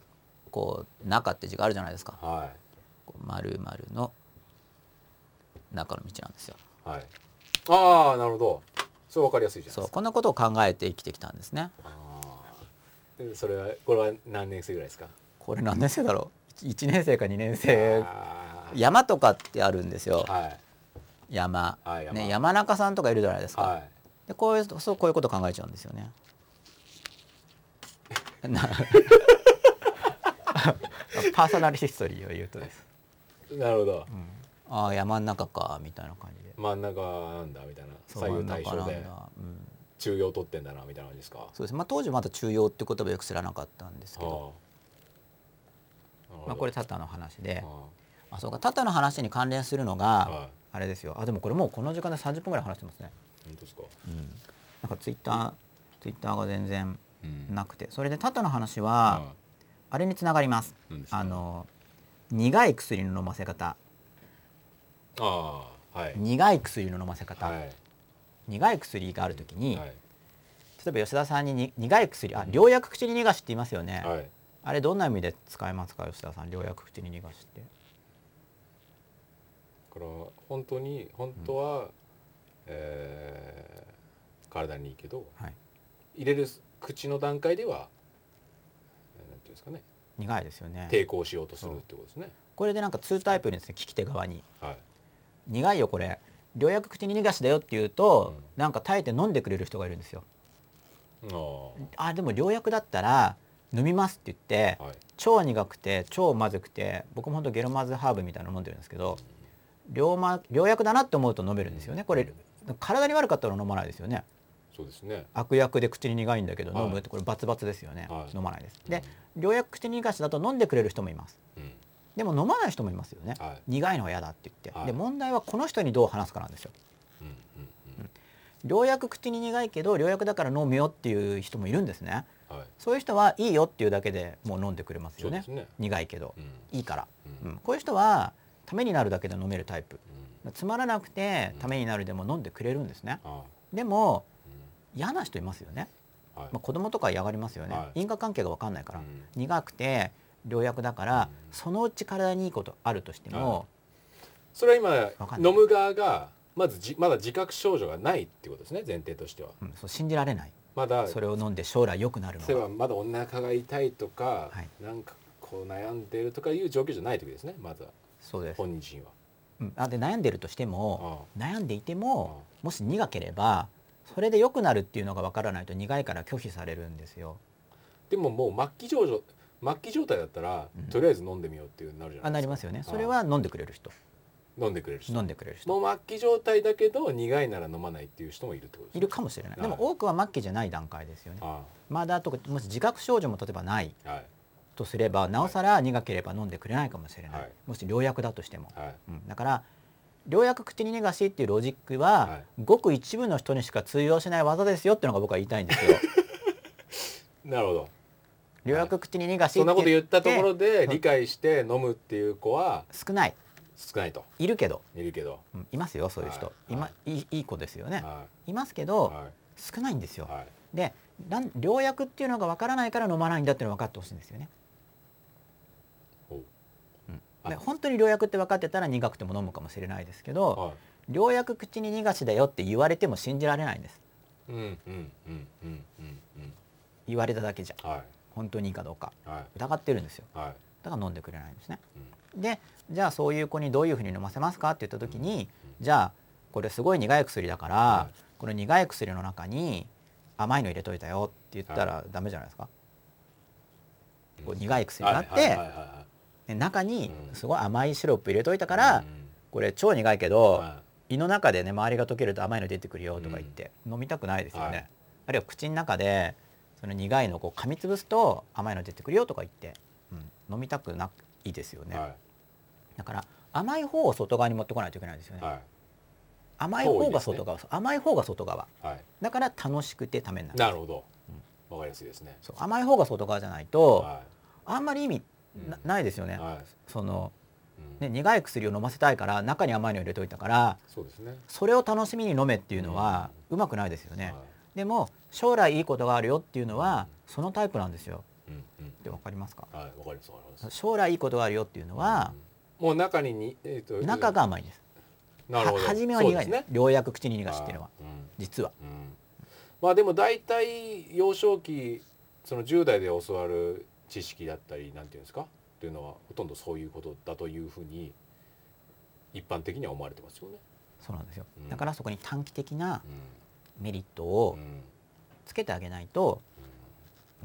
Speaker 1: こう「中」って字があるじゃないですか
Speaker 2: いは
Speaker 1: こう丸々の中の道なんですよ。
Speaker 2: いはいああなるほどそれわかりやすいじゃないで
Speaker 1: そう
Speaker 2: すか
Speaker 1: こんなことを考えて生きてきたんですね。
Speaker 2: あーでそれはこれは何年生ぐらいですか
Speaker 1: これ何年生だろう 1, 年生か2年生
Speaker 2: あー
Speaker 1: 山とかってあるんですよ
Speaker 2: はい
Speaker 1: 山
Speaker 2: はい山
Speaker 1: ね、山中さんとかいるじゃないですか、
Speaker 2: はい
Speaker 1: でこういうそうこういうこと考えちゃうんですよね。な パーソナルヒストリーを言うとです、
Speaker 2: なるほど、
Speaker 1: ああ山の中かみたいな感じで
Speaker 2: 真ん中なんだみたいな
Speaker 1: そう
Speaker 2: 左右対
Speaker 1: 真
Speaker 2: 称
Speaker 1: ん中な
Speaker 2: で
Speaker 1: んだ、うん、
Speaker 2: 中央取ってんだなみたいな感じですか
Speaker 1: そうです、まあ、当時まだ中庸って言葉よく知らなかったんですけど、
Speaker 2: あー
Speaker 1: まあ、これタタの話で、
Speaker 2: は
Speaker 1: あそうかタタの話に関連するのが、
Speaker 2: い本
Speaker 1: あれですよあでもこれもうこの時間で30分ぐらい話してますね、
Speaker 2: 当ですか
Speaker 1: なんかツイッターツイッターが全然
Speaker 2: うん
Speaker 1: なくてそれでタタの話は、あれにつながります
Speaker 2: 何ですか
Speaker 1: あの苦い薬の飲ませ方
Speaker 2: ああはい
Speaker 1: 苦い薬の飲ませ方、
Speaker 2: はい
Speaker 1: 苦い薬があるときに、
Speaker 2: はい
Speaker 1: 例えば吉田さんにに苦い薬あ良薬口に逃がしって言いますよね、
Speaker 2: はい
Speaker 1: あれどんな意味で使えますか吉田さん良薬口に逃がしって
Speaker 2: だから本当に本当は、えー体にいいけど
Speaker 1: はい
Speaker 2: 入れる口の段階ではえーなんていうんですかね
Speaker 1: 苦いですよね
Speaker 2: 抵抗しようとするってことですね、
Speaker 1: これでなんか2タイプいるんですね聞き手側に
Speaker 2: はい
Speaker 1: 苦いよこれ良薬口に逃がしだよって言うと、
Speaker 2: うん
Speaker 1: なんか耐えて飲んでくれる人がいるんですよ
Speaker 2: あー
Speaker 1: あでも良薬だったら飲みますって言って、
Speaker 2: はい
Speaker 1: 超苦くて超まずくて僕もほんとゲロマズハーブみたいなの飲んでるんですけど良ま良薬だなって思うと飲めるんですよねこれ体に悪かったら飲まないですよね
Speaker 2: そうですね
Speaker 1: 悪役で口に苦いんだけど
Speaker 2: はい
Speaker 1: 飲むってこれバツバツですよね、
Speaker 2: はい
Speaker 1: 飲まないですで良薬口に苦しだと飲んでくれる人もいます
Speaker 2: うん
Speaker 1: でも飲まない人もいますよね、
Speaker 2: はい
Speaker 1: 苦いのは嫌だって言って、
Speaker 2: はい
Speaker 1: で問題はこの人にどう話すかなんですよ
Speaker 2: うんうん
Speaker 1: 良薬口に苦いけど良薬だから飲むよっていう人もいるんですね
Speaker 2: うんはい
Speaker 1: そういう人はいいよっていうだけでもう飲んでくれますよ
Speaker 2: そうで
Speaker 1: ね
Speaker 2: すね
Speaker 1: 苦いけど
Speaker 2: う、ん
Speaker 1: いいから、
Speaker 2: う
Speaker 1: うんん、こういう人はためになるだけで飲めるタイプ
Speaker 2: うん
Speaker 1: つまらなくて
Speaker 2: うん
Speaker 1: ためになるでも飲んでくれるんですね
Speaker 2: あ
Speaker 1: でも
Speaker 2: ー
Speaker 1: 嫌な人いますよね、
Speaker 2: うんはい
Speaker 1: まあ、子供とかは嫌がりますよね、
Speaker 2: はい
Speaker 1: 因果関係が分かんないから、
Speaker 2: うん
Speaker 1: 苦くて良薬だから、
Speaker 2: うん
Speaker 1: そのうち体にいいことあるとしても、
Speaker 2: それは
Speaker 1: わか
Speaker 2: 今
Speaker 1: んない
Speaker 2: 飲む側がまずじまだ自覚症状がないってことですね前提としては
Speaker 1: うんそう信じられない
Speaker 2: まだ
Speaker 1: それを飲んで将来良くなるの
Speaker 2: それ
Speaker 1: は
Speaker 2: はまだお腹が痛いと
Speaker 1: は
Speaker 2: か、
Speaker 1: い
Speaker 2: なんかこう悩んでるとかいう状況じゃない時ですねまずは
Speaker 1: そうです、
Speaker 2: 本人は
Speaker 1: うん、あで悩んでるとしても、
Speaker 2: あ
Speaker 1: 悩んでいてももし苦ければそれで良くなるっていうのが分からないと苦いから拒否されるんですよ。
Speaker 2: でももう末期症状末期状態だったら、
Speaker 1: うん
Speaker 2: とりあえず飲んでみようっていうなるじゃ
Speaker 1: あ
Speaker 2: な
Speaker 1: ないり
Speaker 2: で
Speaker 1: ますす
Speaker 2: か
Speaker 1: よね。それは飲んでくれる人。
Speaker 2: 飲んでくれる人
Speaker 1: 飲んでくれる人
Speaker 2: もう末期状態だけど苦いなら飲まないっていう人もいるってことです
Speaker 1: いるかもしれないでも
Speaker 2: はい
Speaker 1: 多くは末期じゃない段階ですよね
Speaker 2: あ
Speaker 1: まだとかもし自覚症状も例えばない
Speaker 2: あはい
Speaker 1: とすればなおさら苦ければ飲んでくれないかもしれない、
Speaker 2: はい
Speaker 1: もし療薬だとしても、
Speaker 2: はい
Speaker 1: うん、だから療薬口に逃がしっていうロジックは、
Speaker 2: はい
Speaker 1: ごく一部の人にしか通用しない技ですよっていうのが僕は言いたいん ですよ
Speaker 2: なるほど
Speaker 1: 療薬口に逃がし
Speaker 2: そんなこと言ったところで
Speaker 1: うん
Speaker 2: 理解して飲むっていう子は
Speaker 1: 少ない
Speaker 2: 少ないと
Speaker 1: いるけど、
Speaker 2: いるけど、
Speaker 1: うんいますよそういう人、、
Speaker 2: はいい
Speaker 1: ま
Speaker 2: はい
Speaker 1: いいい子ですよね、、
Speaker 2: はい
Speaker 1: ますけ
Speaker 2: い
Speaker 1: ど、
Speaker 2: は
Speaker 1: 少ないんです
Speaker 2: い
Speaker 1: よ、
Speaker 2: はい
Speaker 1: でなん療薬っていうのがわからないから飲まないんだっていうのを分かってほしいんですよね
Speaker 2: ほう
Speaker 1: うんで
Speaker 2: あ
Speaker 1: 本当に療薬って分かってたら苦くても飲むかもしれないですけど、
Speaker 2: はい
Speaker 1: ようやく口に逃がしだよって言われても信じられないんです
Speaker 2: うんうんうんうんうんうん
Speaker 1: 言われただけじゃ
Speaker 2: は
Speaker 1: 本当にいいかどうか
Speaker 2: いはい
Speaker 1: 疑ってるんですよ
Speaker 2: はい
Speaker 1: だから飲んでくれないんですねでじゃあそういう子にどういうふうに飲ませますかって言った時にじゃあこれすごい苦い薬だから、
Speaker 2: は
Speaker 1: この苦い薬の中に甘いの入れといたよって言ったらダメじゃないですか、
Speaker 2: うん
Speaker 1: こう
Speaker 2: うん
Speaker 1: 苦い薬があって、
Speaker 2: はいはいはいは
Speaker 1: で中に
Speaker 2: うん
Speaker 1: すごい甘いシロップ入れといた
Speaker 2: い
Speaker 1: から、
Speaker 2: うん
Speaker 1: これ超苦いけど、
Speaker 2: は
Speaker 1: 胃の中でね周りが溶けると甘いの出てくるよとか言って、飲みたくないですよね、
Speaker 2: はい
Speaker 1: あるいは口の中でその苦いのをこう噛みつぶすと甘いの出てくるよとか言って、うん、飲みたくないですよ
Speaker 2: い
Speaker 1: ね、
Speaker 2: は
Speaker 1: だから甘い方を外側に持ってこないといけないですよね、
Speaker 2: いは
Speaker 1: 甘い方が外側、甘い方が外側
Speaker 2: いは
Speaker 1: だから楽しくてためにないる
Speaker 2: なるほどわかりやすいですね
Speaker 1: そう甘い方が外側じゃないと
Speaker 2: は
Speaker 1: あんまり意味な,、
Speaker 2: うん
Speaker 1: ないですよ
Speaker 2: い
Speaker 1: ね、
Speaker 2: はい
Speaker 1: その
Speaker 2: うん
Speaker 1: ね苦い薬を飲ませたいから中に甘いの入れといたから
Speaker 2: そうですね
Speaker 1: それを楽しみに飲めっていうのはうまくないですよね、
Speaker 2: は
Speaker 1: でも将来いいことがあるよっていうのはそのタイプなんですよ
Speaker 2: いうんうん
Speaker 1: ってわかりますか
Speaker 2: はいわかりますわかります
Speaker 1: 将来いいことがあるよっていうのは
Speaker 2: うんもう中にに、えー、と
Speaker 1: 中が甘いんです
Speaker 2: なるほど
Speaker 1: は初めは苦いんです
Speaker 2: そうですね
Speaker 1: ようやく口に逃がしっていうのは
Speaker 2: あーうん
Speaker 1: 実は
Speaker 2: うんまあでも大体幼少期その10代で教わる知識だったりなんていうんですかというのはほとんどそういうことだというふうに一般的には思われてますよね。
Speaker 1: そうなんですよ
Speaker 2: うん
Speaker 1: だからそこに短期的な
Speaker 2: う
Speaker 1: メリット
Speaker 2: ん
Speaker 1: を
Speaker 2: うんうん
Speaker 1: つけてあげないと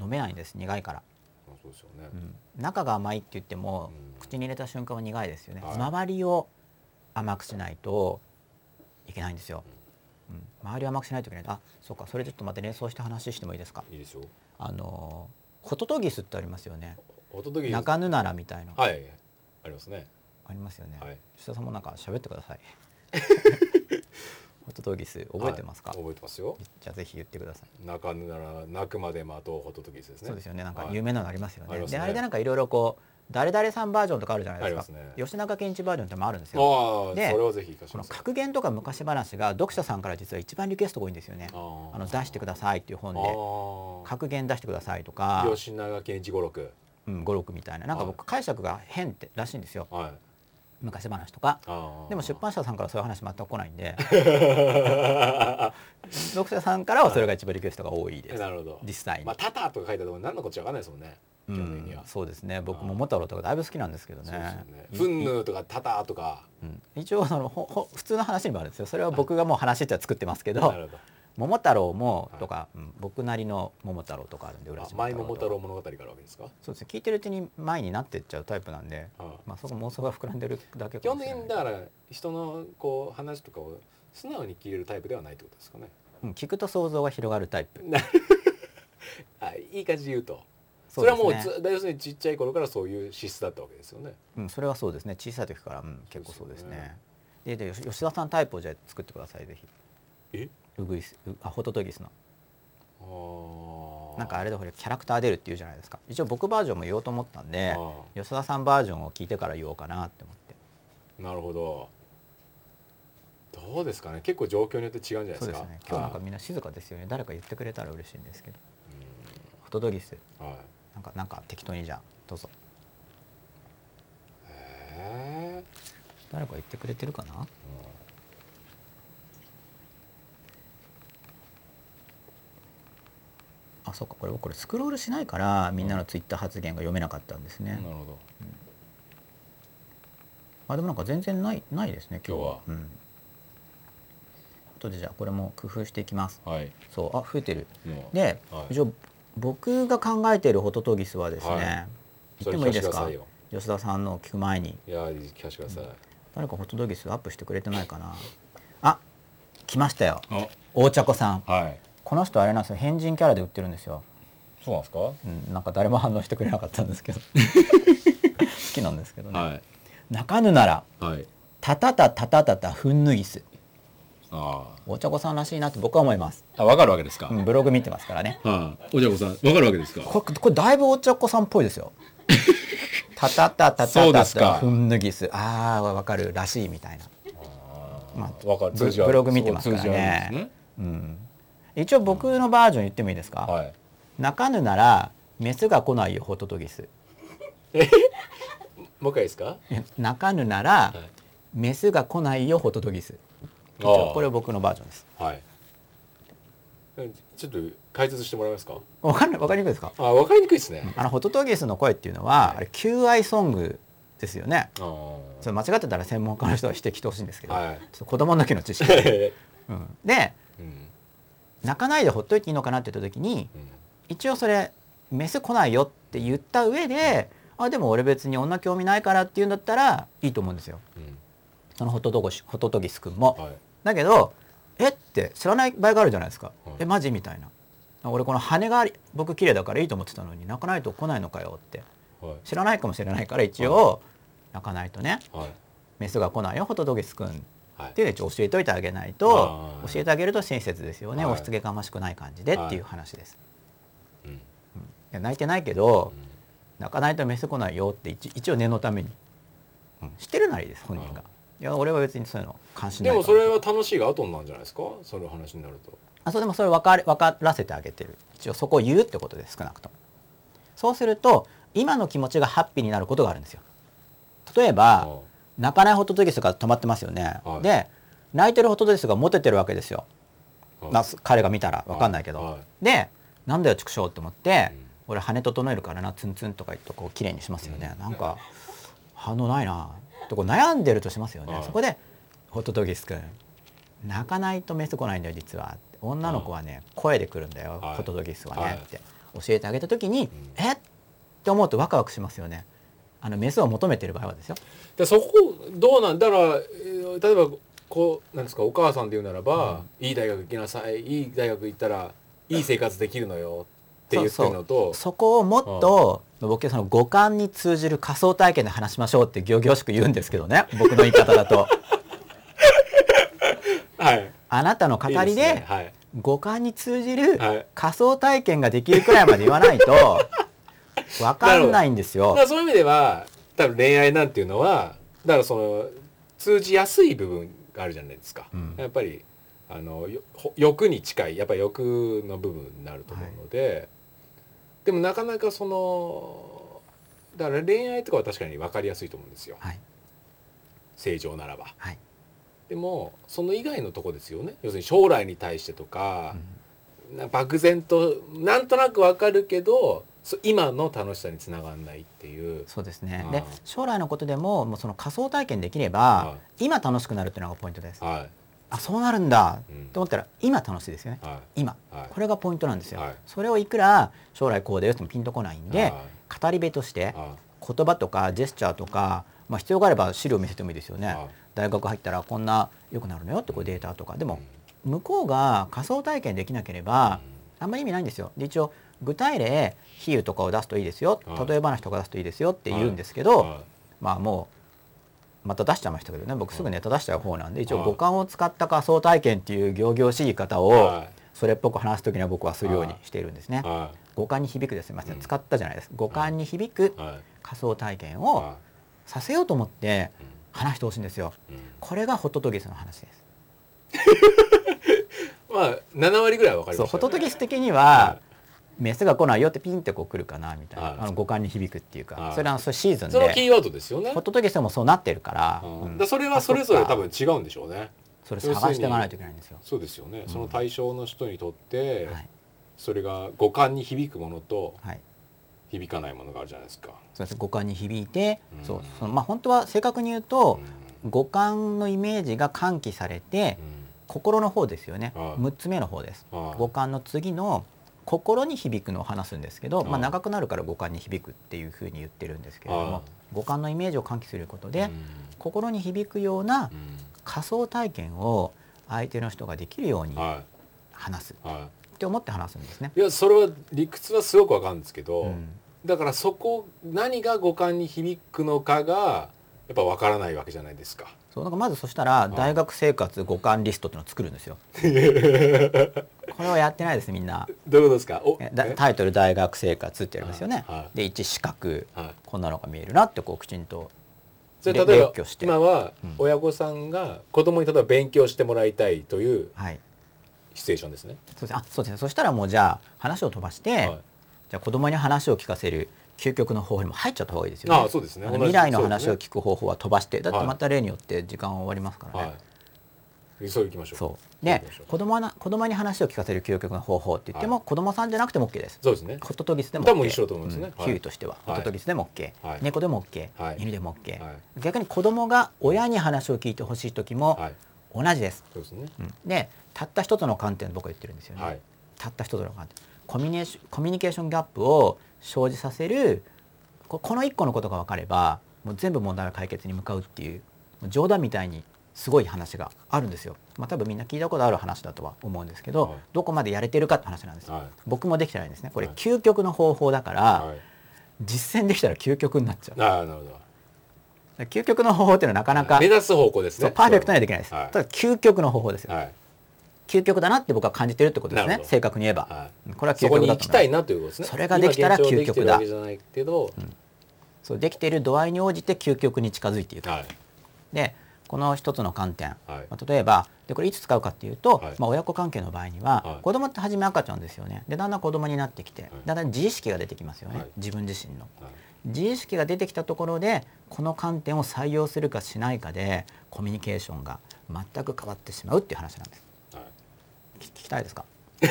Speaker 1: 飲めないんです苦いから、
Speaker 2: まあそうですよね。
Speaker 1: うん、中が甘いって言っても
Speaker 2: うん
Speaker 1: 口に入れた瞬間は苦いですよね
Speaker 2: はい
Speaker 1: 周りを甘くしないといけないんですよ、うん、周りを甘くしないといけないあそうかそれちょっとまた連想して話してもいいですか
Speaker 2: いいですよ。
Speaker 1: あのホトトギスってありますよね
Speaker 2: おととき
Speaker 1: 中ぬならみたいな、
Speaker 2: はいありますね。
Speaker 1: ありますよね、
Speaker 2: はい
Speaker 1: 吉田さんもなんか喋ってくだ さいホトトギス覚えてますか、
Speaker 2: はい覚えてますよ。
Speaker 1: じゃあぜひ言ってください、
Speaker 2: 中ぬなら泣くまで待とうホトトギスですね。
Speaker 1: そうですよねなんか
Speaker 2: はい
Speaker 1: 有名なのありますよね,、
Speaker 2: あります
Speaker 1: で
Speaker 2: ね
Speaker 1: あれでなんかいろいろこう誰々さんバージョンとかあるじゃない
Speaker 2: あ
Speaker 1: で
Speaker 2: り
Speaker 1: す
Speaker 2: ま
Speaker 1: か
Speaker 2: すね。
Speaker 1: 吉永健一バージョンってのもあるんですよ
Speaker 2: ああ、そ
Speaker 1: で
Speaker 2: れはぜひ活かし
Speaker 1: この
Speaker 2: ます。
Speaker 1: 格言とか昔話が読者さんから実は一番リクエストが多いんですよね
Speaker 2: あ
Speaker 1: あの出してくださいっていう本で
Speaker 2: あ
Speaker 1: 格言出してくださいとか
Speaker 2: あ。、吉永健一五六。
Speaker 1: うん、語録みたいななんか僕解釈が変ってらしいんですよ
Speaker 2: はい。
Speaker 1: 昔話とか
Speaker 2: あー
Speaker 1: でも出。版社さんからそういう話全く来ないん で
Speaker 2: な
Speaker 1: 読者さんからはそれが一番リクエストが多いです、
Speaker 2: るほど。
Speaker 1: 実際に、
Speaker 2: まあ、タタとか書いてあっても、何のこっちゃわかんないですもんね。
Speaker 1: う
Speaker 2: 基本的に
Speaker 1: ん
Speaker 2: は。、
Speaker 1: そうですね僕も桃太郎とかだいぶ好きなんですけど
Speaker 2: そうですよ
Speaker 1: ね
Speaker 2: ね。
Speaker 1: い
Speaker 2: ふんぬとか、タタとか。
Speaker 1: うん一応そのほほ普通の話にもあるんですよそれは僕がもう話っては作ってますけ
Speaker 2: な
Speaker 1: ど
Speaker 2: るほど。
Speaker 1: 「桃太郎」も
Speaker 2: はい
Speaker 1: とか、うん僕なりの「桃太郎」とかあるんで浦
Speaker 2: あ
Speaker 1: 島
Speaker 2: マイ桃
Speaker 1: とか
Speaker 2: 太郎物語からあるわけですか。
Speaker 1: そうですね聞いてるうちに前になってっちゃうタイプなんで、
Speaker 2: ああ
Speaker 1: まあ、そこ妄想が膨らんでるだけ
Speaker 2: 基
Speaker 1: か
Speaker 2: 本
Speaker 1: もし
Speaker 2: 的
Speaker 1: れない
Speaker 2: に、だから、人のこう話とかを。素直に聞けるタイプではないってことですかね。
Speaker 1: うん、聞くと想像が広がるタイプ
Speaker 2: あ、いい感じで言うと。
Speaker 1: そ
Speaker 2: それはもう
Speaker 1: ですね
Speaker 2: ず、要するにちっちゃい頃からそういう資質だったわけですよね。
Speaker 1: うん、それはそうですね小さい時から、うん、結構そうです
Speaker 2: そうですよ
Speaker 1: ねでで吉吉田さんタイプをじゃあ作ってくださいぜひ
Speaker 2: え
Speaker 1: ウグイスうあホトトギスの
Speaker 2: あー
Speaker 1: なんかあれでほらキャラクター出るっていうじゃないですか一応僕バージョンも言おうと思ったんで
Speaker 2: あ
Speaker 1: 吉田さんバージョンを聞いてから言おうかなって思って
Speaker 2: ーなるほど。どうですかね。結構状況によって違うんじゃないで
Speaker 1: そう
Speaker 2: す
Speaker 1: で
Speaker 2: か。
Speaker 1: すね今日なんか
Speaker 2: はい
Speaker 1: みんな静かですよね誰か言ってくれたら嬉しいんですけどホトトギス
Speaker 2: うんはい。
Speaker 1: なんかなんか適当にじゃあどうぞ
Speaker 2: へえ。
Speaker 1: 誰か言ってくれてるかなあそうかこれ僕これスクロールしないからみんなのツイッター発言が読めなかったんですね、
Speaker 2: なるほど。
Speaker 1: あでもなんか全然ないないですね今日は。
Speaker 2: 今
Speaker 1: うん。後でじゃあこれも工夫していきます。
Speaker 2: はい。
Speaker 1: そうあ増えてる。
Speaker 2: もう。
Speaker 1: で、
Speaker 2: はい
Speaker 1: 一応僕が考えているホトトギスはですね、
Speaker 2: はい
Speaker 1: 言ってもいいです
Speaker 2: そ
Speaker 1: か
Speaker 2: れ聞かせてくださいよ
Speaker 1: 吉田さんのを聞く前に
Speaker 2: いやー、聞かせてください。
Speaker 1: 誰かホットドギスアップしてくれてないかなあ来ましたよ
Speaker 2: あ
Speaker 1: 大茶子さん
Speaker 2: はい
Speaker 1: この人あれなんですよ変人キャラで売ってるんですよ、
Speaker 2: そうなんですか、
Speaker 1: うん、なんか誰も反応してくれなかったんですけど好きなんですけどね、
Speaker 2: はい
Speaker 1: 泣かぬなら
Speaker 2: はい
Speaker 1: たたたたたたたふんぬぎす
Speaker 2: あ
Speaker 1: お茶子さんらしいなと僕は思います、
Speaker 2: ーあ分かるわけですか、
Speaker 1: うん、ブログ見てますからね
Speaker 2: はい、おじゃこさん分かるわけですか
Speaker 1: これこれだいぶお茶子さんっぽいですよたたたたた
Speaker 2: そうで
Speaker 1: た
Speaker 2: すか
Speaker 1: たふんぬぎすああわかるらしいみたいなまあ
Speaker 2: 分かる
Speaker 1: ブ
Speaker 2: 通じは
Speaker 1: ブログ見てますからね
Speaker 2: そう通じはあるんですね
Speaker 1: うん一応僕のバージョン言ってもいいですか、
Speaker 2: はい
Speaker 1: 泣かぬならメスが来ないよホトトギス
Speaker 2: もう一回いいですか
Speaker 1: いや泣かぬなら
Speaker 2: はい
Speaker 1: メスが来ないよホトトギス一
Speaker 2: あ
Speaker 1: 応
Speaker 2: ー
Speaker 1: これ僕のバージョンです
Speaker 2: はいうんちょっと解説してもらえますか
Speaker 1: わかんないわかりにくいですか
Speaker 2: あ分かりにくいですね、
Speaker 1: あのホトトギスの声っていうのはあれ求愛ソングですよね
Speaker 2: あー
Speaker 1: それ間違ってたら専門家の人は指摘してほしいんですけど、
Speaker 2: はい
Speaker 1: ちょっと子供の時の知 識、
Speaker 2: う
Speaker 1: うん、で
Speaker 2: ん
Speaker 1: 泣かないでほっといていいのかなって言った時に
Speaker 2: うん
Speaker 1: 一応それメス来ないよって言った上であでも俺別に女興味ないからって言うんだったらいいと思うんですよ
Speaker 2: うん
Speaker 1: そのホトトゴシホトトギスくんも。
Speaker 2: はい
Speaker 1: だけどえって知らない場合があるじゃないですか、
Speaker 2: はい
Speaker 1: えマジみたいな俺この羽があり僕綺麗だからいいと思ってたのに泣かないと来ないのかよって
Speaker 2: はい
Speaker 1: 知らないかもしれないから一応泣かないとね
Speaker 2: はい
Speaker 1: メスが来ないよホトトギスくんっ
Speaker 2: はい
Speaker 1: ていうのを一応教えといてあげない
Speaker 2: あ
Speaker 1: と
Speaker 2: ー
Speaker 1: 教えてあげると親切ですよね、
Speaker 2: はい
Speaker 1: 押しつけがましくない感じでっていう話です、
Speaker 2: うん
Speaker 1: いや泣いてないけど
Speaker 2: うん
Speaker 1: 泣かないとメス来ないよって一一応念のために、うん知ってるならいいです本人が
Speaker 2: あ
Speaker 1: いや俺は別にそういうの関心な
Speaker 2: で
Speaker 1: いから
Speaker 2: もそれは楽しいが後になるんじゃないですかその話になると
Speaker 1: あそうでもそれ分かれ分からせてあげてる一応そこを言うってことです少なくともそうすると今の気持ちがハッピーになることがあるんですよ例えば泣かないホットトギスが止まってますよね、
Speaker 2: はい
Speaker 1: で泣いてるホットトギスがモテてるわけですよ、
Speaker 2: はい
Speaker 1: な彼が見たら分かんないけど、
Speaker 2: は
Speaker 1: でなんだよ畜生って思って、
Speaker 2: うん
Speaker 1: 俺羽整えるからなツンツンとか言ってこう綺麗にしますよね、なんか反応ないなとこう悩んでるとしますよね、
Speaker 2: はい
Speaker 1: そこで「ホットトギスくん泣かないとメス来ないんだよ実は」女の子はね、声で来るんだよ、
Speaker 2: はい
Speaker 1: ホットトギスは
Speaker 2: はい
Speaker 1: ね」って教えてあげた時に「えっ?」て思うとワクワクしますよね。あのメスを求めてる場合はですよ。
Speaker 2: でそこどうなんだからえー例えばこうなんですかお母さんで言うならば、いい大学行きなさいいい大学行ったらいい生活できるのよって言ってるのと
Speaker 1: そこをもっと僕はその五感に通じる仮想体験で話しましょうって仰々しく言うんですけど ね僕の言い方だと
Speaker 2: はい
Speaker 1: あなたの語
Speaker 2: いい
Speaker 1: り
Speaker 2: すね
Speaker 1: で
Speaker 2: はい
Speaker 1: 五感に通じる
Speaker 2: はい
Speaker 1: 仮想体験ができるくらいまで言わない とわかんないんです
Speaker 2: だ
Speaker 1: よ
Speaker 2: か。らそういう意味では多分恋愛なんていうのはだからその通じやすい部分があるじゃないですか、
Speaker 1: うん
Speaker 2: やっぱりあのよほ欲に近いやっぱり欲の部分になると思うので、でもなかなかそのだから恋愛とかは確かに分かりやすいと思うんですよ
Speaker 1: はい
Speaker 2: 正常ならば。
Speaker 1: はい
Speaker 2: でもその以外のとこですよね要するに将来に対してとか
Speaker 1: う、
Speaker 2: な漠然となんとなく分かるけどそ今の楽しさにつながんないっていう。
Speaker 1: そうですね
Speaker 2: あー
Speaker 1: で将来のことでももうその仮想体験できれ
Speaker 2: は
Speaker 1: ば今楽しくなるっていうのがポイントです。
Speaker 2: は
Speaker 1: あそうなるんだ
Speaker 2: い、うん
Speaker 1: と思ったら今楽しいですよね
Speaker 2: は
Speaker 1: 今
Speaker 2: いはい
Speaker 1: これがポイントなんですよ
Speaker 2: はい。
Speaker 1: それをいくら将来こうだよってもピンとこないんで
Speaker 2: は
Speaker 1: 語り部として
Speaker 2: いは
Speaker 1: 言葉とかジェスチャーとか、まあ、必要があれば資料見せてもいいですよ
Speaker 2: い
Speaker 1: ね
Speaker 2: は
Speaker 1: 大学入ったらこんな良くなるのよってこうデータとかで
Speaker 2: い
Speaker 1: も向こうが仮想体験できなければあんまり意味ないんですよで一応具体例比喩とかを出すといいですよ
Speaker 2: はい
Speaker 1: 例え話とか出すといいですよって言うんですけ
Speaker 2: う
Speaker 1: ど、
Speaker 2: んは
Speaker 1: まあもうまた出しちゃいましたけどね僕すぐネタ出しちゃう方なんで一応
Speaker 2: はい
Speaker 1: 五感を使った仮想体験っていう行々しい言い方
Speaker 2: い
Speaker 1: を
Speaker 2: は
Speaker 1: それっぽく話す時には僕はするようにしているんですね
Speaker 2: いは
Speaker 1: 五感に響くですすみませ
Speaker 2: うん
Speaker 1: ん使ったじゃないです五感に響く
Speaker 2: いはい
Speaker 1: 仮想体験を
Speaker 2: は
Speaker 1: させようと思って
Speaker 2: い
Speaker 1: 話してほしいんですよ。
Speaker 2: うんうん
Speaker 1: これがホトトギスの話です。
Speaker 2: まあ七割ぐらいはわかり
Speaker 1: そ
Speaker 2: ま
Speaker 1: う
Speaker 2: した
Speaker 1: ホ
Speaker 2: よ
Speaker 1: ト
Speaker 2: ね
Speaker 1: トギス的に
Speaker 2: は
Speaker 1: は、メスが来ないよってピンってこう来るかなみたいな、
Speaker 2: はい
Speaker 1: あの五感に響くっていうか、
Speaker 2: はい
Speaker 1: それはそれシーズン
Speaker 2: そのキ
Speaker 1: で
Speaker 2: ーワードですよね
Speaker 1: ホトトギスもそうなってるから,、
Speaker 2: うん
Speaker 1: うん
Speaker 2: だからそれはそれぞれ
Speaker 1: あそ
Speaker 2: 多
Speaker 1: っか
Speaker 2: 分違うんでしょうね
Speaker 1: それ探していかないといけないんですよ。
Speaker 2: そうですよね
Speaker 1: ん
Speaker 2: その対象の人にとって
Speaker 1: はい
Speaker 2: それが五感に響くものと
Speaker 1: はい
Speaker 2: 響かないものがあるじゃないですか
Speaker 1: そうです五感に響いて、
Speaker 2: うん
Speaker 1: そうそのまあ本当は正確に言うと、五感のイメージが喚起されて、
Speaker 2: うん
Speaker 1: 心の方ですよね、
Speaker 2: はい
Speaker 1: 六つ目の方です
Speaker 2: はい
Speaker 1: 五感の次の心に響くのを話すんですけど、ま
Speaker 2: あ
Speaker 1: あ、
Speaker 2: あ
Speaker 1: 長くなるから五感に響くっていうふうに言ってるんですけれど
Speaker 2: あ
Speaker 1: も
Speaker 2: あ
Speaker 1: 五感のイメージを喚起することで、
Speaker 2: うん
Speaker 1: 心に響くような
Speaker 2: う
Speaker 1: 仮想体験を相手の人ができるように
Speaker 2: んは
Speaker 1: 話すっ
Speaker 2: いは
Speaker 1: て思って話すんですね。
Speaker 2: いいやそれは理屈はすごくわかるんですけど、
Speaker 1: うん
Speaker 2: だからそこ何が五感に響くのかがやっぱわからないわけじゃないですか。
Speaker 1: そうなんかまずそしたら大学生活五感リストっていうのを作るんです よ。これをやってないですみんな。
Speaker 2: どういうことですか。お
Speaker 1: えだ
Speaker 2: え
Speaker 1: タイトル大学生活ってやりますよね。
Speaker 2: はいはい
Speaker 1: で一視覚
Speaker 2: はい。
Speaker 1: こんなのが見えるなってこうきちんと
Speaker 2: そ
Speaker 1: れ
Speaker 2: れ例えば
Speaker 1: 列挙して
Speaker 2: 今は
Speaker 1: うん
Speaker 2: 親御さんが子供に例えば勉強してもらいたいという
Speaker 1: はい。
Speaker 2: シチュエーションですね。
Speaker 1: そうですねあそうですね。そしたらもうじゃあ話を飛ばして、
Speaker 2: はい
Speaker 1: じゃあ子供に話を聞かせる究極の方法にも入っちゃった方がいいですよね。
Speaker 2: ああそうですね。
Speaker 1: あの
Speaker 2: 同じ
Speaker 1: 未来の
Speaker 2: そうです
Speaker 1: 話
Speaker 2: ね
Speaker 1: を聞く方法は飛ばして、だって
Speaker 2: はい
Speaker 1: また例によって時間は終わりますからね。
Speaker 2: はい。急いでいきましょう。
Speaker 1: そう。
Speaker 2: 行
Speaker 1: で
Speaker 2: きましょう、
Speaker 1: 子供な子供に話を聞かせる究極の方法って言っても、
Speaker 2: は
Speaker 1: 子供さんじゃなくても OK です。
Speaker 2: そうですね。
Speaker 1: ホットトギスでも、
Speaker 2: 多分一緒だと思いますね
Speaker 1: ん
Speaker 2: はい
Speaker 1: キウイとしては、ホ
Speaker 2: はい
Speaker 1: ットトギスでも OK、
Speaker 2: はい
Speaker 1: 猫でも OK、
Speaker 2: はい
Speaker 1: 犬でも OK、
Speaker 2: はい
Speaker 1: 逆に子供が親に話を聞いてほしい時も
Speaker 2: はい。
Speaker 1: 同じです、
Speaker 2: そうですね。
Speaker 1: うんでたった一つの観点で僕は言ってるんですよね、
Speaker 2: はい。
Speaker 1: たった一つの観点コミュニケーションコミュニケーションギャップを生じさせるここの一個のことが分かればもう全部問題の解決に向かうっていうもう冗談みたいにすごい話があるんですよ、まあ、多分みんな聞いたことある話だとは思うんですけど、
Speaker 2: はい
Speaker 1: どこまでやれてるかって話なんですよ
Speaker 2: は
Speaker 1: 僕もできてないんですねこれ
Speaker 2: はい
Speaker 1: 究極の方法だから、
Speaker 2: い。はい。
Speaker 1: 実践できたら究極になっちゃうだか
Speaker 2: ああなるほど。
Speaker 1: ら究極の方法っていうのはなかなか、
Speaker 2: 目指す方向です
Speaker 1: そう
Speaker 2: ね。
Speaker 1: パーフェクトにはできないです、
Speaker 2: はい
Speaker 1: ただ究極の方法ですよ、
Speaker 2: はい。
Speaker 1: 究極だなって僕は感じてるってことです
Speaker 2: なる
Speaker 1: ね
Speaker 2: ほど
Speaker 1: 正確に言えば、
Speaker 2: はい。
Speaker 1: これは究
Speaker 2: そこ
Speaker 1: 極
Speaker 2: に
Speaker 1: だ
Speaker 2: 行
Speaker 1: と
Speaker 2: き
Speaker 1: 思
Speaker 2: た
Speaker 1: い
Speaker 2: い
Speaker 1: ます
Speaker 2: なということですね。
Speaker 1: それができたら
Speaker 2: 今現状
Speaker 1: 究極だ
Speaker 2: できてるわけじゃないけど、
Speaker 1: そうできている度合いに応じて究極に近づいていく、
Speaker 2: はい
Speaker 1: でこの一つの観点、
Speaker 2: はい
Speaker 1: まあ例えばでこれいつ使うかっていうと、
Speaker 2: はい
Speaker 1: まあ、親子関係の場合には、
Speaker 2: はい
Speaker 1: 子供って初め赤ちゃんですよねでだんだん子供になってきて、だんだん自意識が出てきますよね、
Speaker 2: はい
Speaker 1: 自分自身の。
Speaker 2: はい
Speaker 1: 自意識が出てきたところでこの観点を採用するかしないかでコミュニケーションが全く変わってしまうっていう話なんです
Speaker 2: はい。
Speaker 1: き聞きたいですか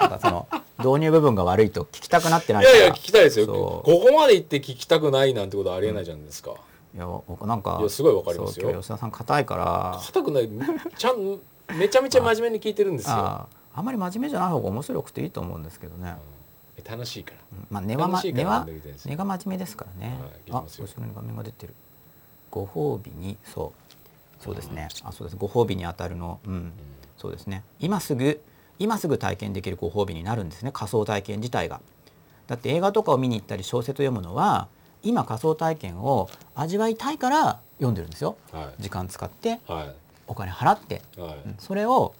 Speaker 1: なんかその導入部分が悪いと聞きたくなってない
Speaker 2: い
Speaker 1: から
Speaker 2: やいや聞きたいですよ。
Speaker 1: そ
Speaker 2: こ
Speaker 1: う
Speaker 2: こまで行って聞きたくないなんてことはありえないじゃないですか。
Speaker 1: いや僕なんか
Speaker 2: いやすごいわかりますよ
Speaker 1: そう今日吉田さん硬いから
Speaker 2: 硬くない。ちゃんめちゃめちゃ真面目に聞いてるんですよ。
Speaker 1: あーあんまり真面目じゃない方が面白くていいと思うんですけどね、
Speaker 2: え楽しいから。
Speaker 1: うんまあ根はま
Speaker 2: 楽しいか
Speaker 1: 根
Speaker 2: ら
Speaker 1: は
Speaker 2: なんで言ってんですよ
Speaker 1: 根が真面目ですからね、
Speaker 2: は
Speaker 1: あ
Speaker 2: い聞いてます
Speaker 1: 後
Speaker 2: よ
Speaker 1: ろに画面が出てるご褒美にそうそうですねあそうですご褒美に当たるのうんそうですね今すぐ今すぐ体験できるご褒美になるんですね仮想体験自体がだって映画とかを見に行ったり小説を読むのは今仮想体験を味わいたいから読んでるんですよ
Speaker 2: は
Speaker 1: 時間使って
Speaker 2: いは
Speaker 1: お金払って、
Speaker 2: いはい
Speaker 1: うんそれを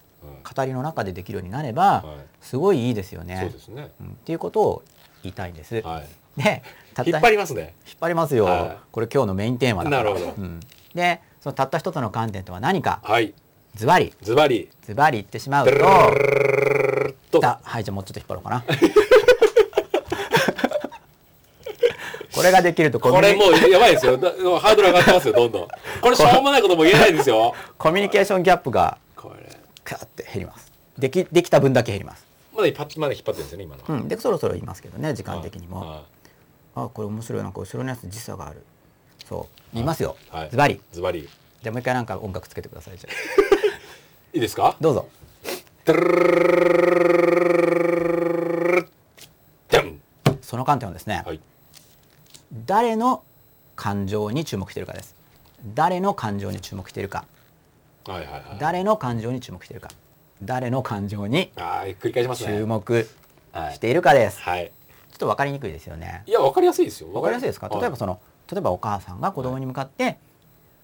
Speaker 1: 語りの中でできるようになれば、
Speaker 2: はい。
Speaker 1: すごいいいですよね
Speaker 2: そうですね。
Speaker 1: うんっていうことを言いたいんです。
Speaker 2: はい。
Speaker 1: で、たった
Speaker 2: 引っ張りますね。
Speaker 1: 引っ張りますよ、
Speaker 2: はい
Speaker 1: これ今日のメインテーマだから。
Speaker 2: なるほど
Speaker 1: うんで、そのたった一つの観点とは何か、
Speaker 2: はい。
Speaker 1: ズバリ
Speaker 2: ズバリ。
Speaker 1: ズバリ言ってしまうと、
Speaker 2: と。
Speaker 1: だはいじゃあもうちょっと引っ張ろうかな。 これができるとコミ
Speaker 2: こ
Speaker 1: ュ
Speaker 2: れ
Speaker 1: ニ
Speaker 2: もうやばいですよ。だハードル上がってますよ、ど んどん。これしょうもないことも言えないですよ。
Speaker 1: コミュニケーションギャップが
Speaker 2: これ。
Speaker 1: カーって減ります。できできた分だけ減ります。
Speaker 2: まだ引っ張って、まだ引っ張ってるんですよね、今の。
Speaker 1: うん、でそろそろ言いますけどね時間的にも。
Speaker 2: は
Speaker 1: あこれ面白いなんか後ろのやつ時差があるそう言いますよ、
Speaker 2: いはい
Speaker 1: ズバリ
Speaker 2: ズバリ。い
Speaker 1: じゃあもう一回なんか音楽つけてくださいじゃ あ
Speaker 2: いですか
Speaker 1: どうぞ
Speaker 2: ダン
Speaker 1: その観点はですね、
Speaker 2: はい。
Speaker 1: 誰の感情に注目しているかです誰の感情に注目しているか
Speaker 2: はいはいはい。
Speaker 1: 誰の感情に注目しているか誰の感情に
Speaker 2: ああ、繰り返します
Speaker 1: 注
Speaker 2: ね。
Speaker 1: 目
Speaker 2: は
Speaker 1: し
Speaker 2: い。
Speaker 1: ているかです、
Speaker 2: はい。
Speaker 1: ちょっと分かりにくいですよね
Speaker 2: いや、わかりやすいですよ。
Speaker 1: 分かりやすいですか例えば
Speaker 2: は
Speaker 1: その例えばお母さんが子供に向かって、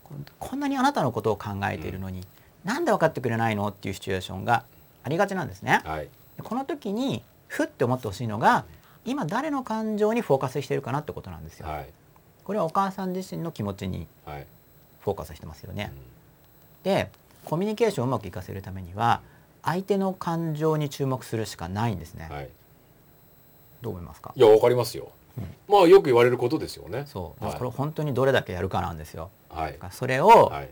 Speaker 1: こんこんなにあなたのことを考えているのに、なんで分かってくれないのっていうシチュエーションがありがちなんですね、
Speaker 2: はい。
Speaker 1: でこの時にふって思ってほしいのが今誰の感情にフォーカスしてるかなってことなんですよ、
Speaker 2: はい。
Speaker 1: これはお母さん自身の気持ちに
Speaker 2: はい。
Speaker 1: フォーカスしてますよ
Speaker 2: う
Speaker 1: ね
Speaker 2: ん、
Speaker 1: でコミュニケーションをうまくいかせるためには相手の感情に注目するしかないんですね、
Speaker 2: はい。
Speaker 1: どう思いますか
Speaker 2: いや、わかりますよ。まあ、よく言われることですよね。
Speaker 1: そうだ
Speaker 2: は
Speaker 1: から
Speaker 2: い
Speaker 1: これ本当にどれだけやるかなんですよ
Speaker 2: はい
Speaker 1: だか。らそれを
Speaker 2: はい。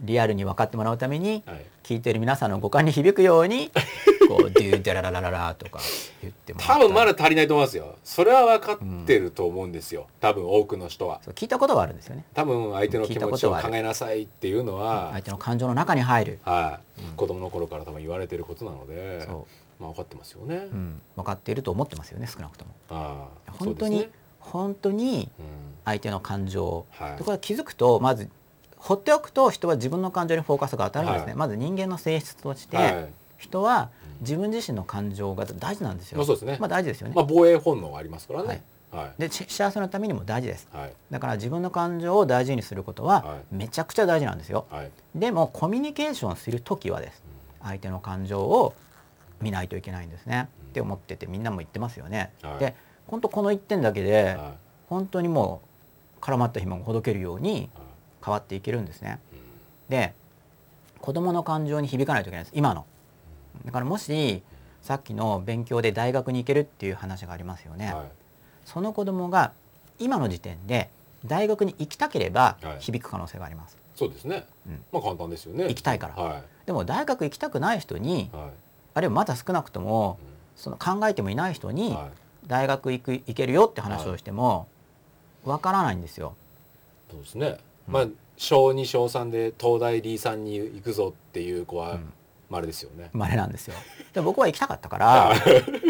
Speaker 1: リアルに分かってもらうために
Speaker 2: はい。
Speaker 1: 聞いてる皆さんの五感に響くように こう「デューデラララララ」とか言ってもらった
Speaker 2: 多
Speaker 1: ら
Speaker 2: 分まだ足りないと思いますよ。それは分かってると思うんですよ。多分多くの人は。
Speaker 1: そう聞いたことはあるんですよね
Speaker 2: 多分相手の
Speaker 1: 聞い
Speaker 2: 気
Speaker 1: た
Speaker 2: 持
Speaker 1: こ
Speaker 2: ち
Speaker 1: と
Speaker 2: を
Speaker 1: はある
Speaker 2: 考えなさいっていうのは
Speaker 1: 相、手の感情の中に入る
Speaker 2: はい、子供の頃から多分言われてることなので、
Speaker 1: そ
Speaker 2: まあ分かってますよね。
Speaker 1: うん、分かっていると思ってますよね少なくとも
Speaker 2: ああ
Speaker 1: 本当に
Speaker 2: そうですね
Speaker 1: 本当に
Speaker 2: うん
Speaker 1: 相手の感情
Speaker 2: はい
Speaker 1: これは気づくとまず放っておくと人は自分の感情にフォーカスが当たるんですね、
Speaker 2: はい
Speaker 1: まず人間の性質として、
Speaker 2: はい
Speaker 1: 人は
Speaker 2: うん
Speaker 1: 自分自身の感情が大事なんですよ、
Speaker 2: まあそうですね
Speaker 1: まあ大事ですよね、
Speaker 2: まあ、防衛本能がありますからね。はい。
Speaker 1: でし幸せのためにも大事です
Speaker 2: はい。
Speaker 1: だから自分の感情を大事にすることは
Speaker 2: は
Speaker 1: めちゃくちゃ大事なんですよ
Speaker 2: はい。
Speaker 1: でもコミュニケーションする時はです相手の感情を見ないといけないんですね
Speaker 2: うん
Speaker 1: って思っててみんなも言ってますよね、
Speaker 2: はい
Speaker 1: で本当この一点だけで
Speaker 2: は
Speaker 1: 本当にもう絡まった紐がほどけるように
Speaker 2: い。は
Speaker 1: 変わっていけるんですね
Speaker 2: い。うん
Speaker 1: で子どもの感情に響かないといけないです今のだからもしさっきの勉強で大学に行けるっていう話がありますよね、
Speaker 2: は
Speaker 1: その子どもが今の時点で大学に行きたければ
Speaker 2: はい
Speaker 1: 響く可能性があります、
Speaker 2: い。そうですね
Speaker 1: うん。
Speaker 2: まあ、簡単ですよね。
Speaker 1: 行きたいから、
Speaker 2: は
Speaker 1: でも大学行きたくない人に
Speaker 2: い。は
Speaker 1: あるいはまだ少なくとも
Speaker 2: い。
Speaker 1: その考えてもいない人
Speaker 2: うん
Speaker 1: に
Speaker 2: はい。
Speaker 1: 大学行く行けるよって話をしてもわからないんですよ。
Speaker 2: そうですね。
Speaker 1: うん
Speaker 2: まあ、小二小三で東大 D さんに行くぞっていう子
Speaker 1: う
Speaker 2: は
Speaker 1: ん、
Speaker 2: まれですよね。
Speaker 1: まれなん ですよ。で僕は行きたかったから、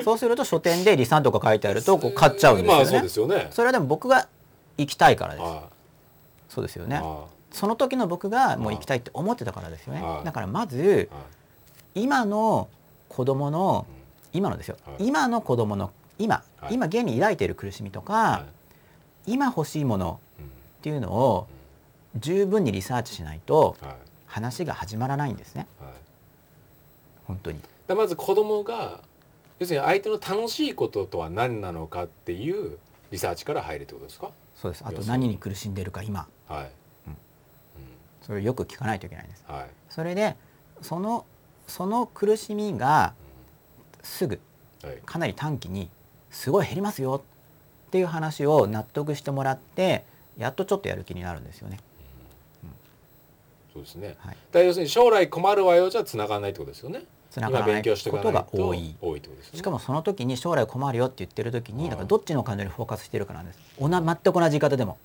Speaker 1: そうすると書店で理算とか書いてあるとこう買っちゃうんです
Speaker 2: ま
Speaker 1: よ
Speaker 2: あ、そう
Speaker 1: ね
Speaker 2: で。すよね。
Speaker 1: それはでも僕が行きたいからです。
Speaker 2: は
Speaker 1: そうですよ
Speaker 2: い。
Speaker 1: ね。
Speaker 2: は
Speaker 1: その時の僕がもう行きたいって思ってたからですよね
Speaker 2: は。い
Speaker 1: だからまず
Speaker 2: い。は
Speaker 1: 今の子供の
Speaker 2: い。うん
Speaker 1: 今のですよ。
Speaker 2: はい
Speaker 1: 今の子供の今
Speaker 2: はい
Speaker 1: 今現に抱いている苦しみと
Speaker 2: は
Speaker 1: か
Speaker 2: い
Speaker 1: 今欲しいもの
Speaker 2: うん
Speaker 1: っていうのを十分にリサーチしないと
Speaker 2: はい。
Speaker 1: 話が始まらないんですね
Speaker 2: はい。
Speaker 1: 本当に
Speaker 2: だまず子供が要するに相手の楽しいこととは何なのかっていうリサーチから入るってことですか
Speaker 1: そうですあ
Speaker 2: い
Speaker 1: と
Speaker 2: やそう
Speaker 1: 何に苦しんでるか今
Speaker 2: はい、
Speaker 1: うん
Speaker 2: う
Speaker 1: それをよく聞かないといけないんです
Speaker 2: んはい
Speaker 1: それでそのその苦しみがすぐ
Speaker 2: うんはい
Speaker 1: かなり短期にすごい減りますよっていう話を納得してもらってやっとちょっとやる気になるんですよね
Speaker 2: そうですね、
Speaker 1: はい
Speaker 2: だから要するに将来困るわよじゃ繋がらないってことですよね
Speaker 1: 繋がら
Speaker 2: 今
Speaker 1: ない
Speaker 2: 勉強して
Speaker 1: こ
Speaker 2: か
Speaker 1: と
Speaker 2: ない
Speaker 1: が
Speaker 2: と
Speaker 1: 多い
Speaker 2: 多いってことですよね
Speaker 1: しかもその時に将来困るよって言ってる時
Speaker 2: は
Speaker 1: に
Speaker 2: い
Speaker 1: だからどっちの感情にフォーカスしてるかなんですおな全く同じ言い方でも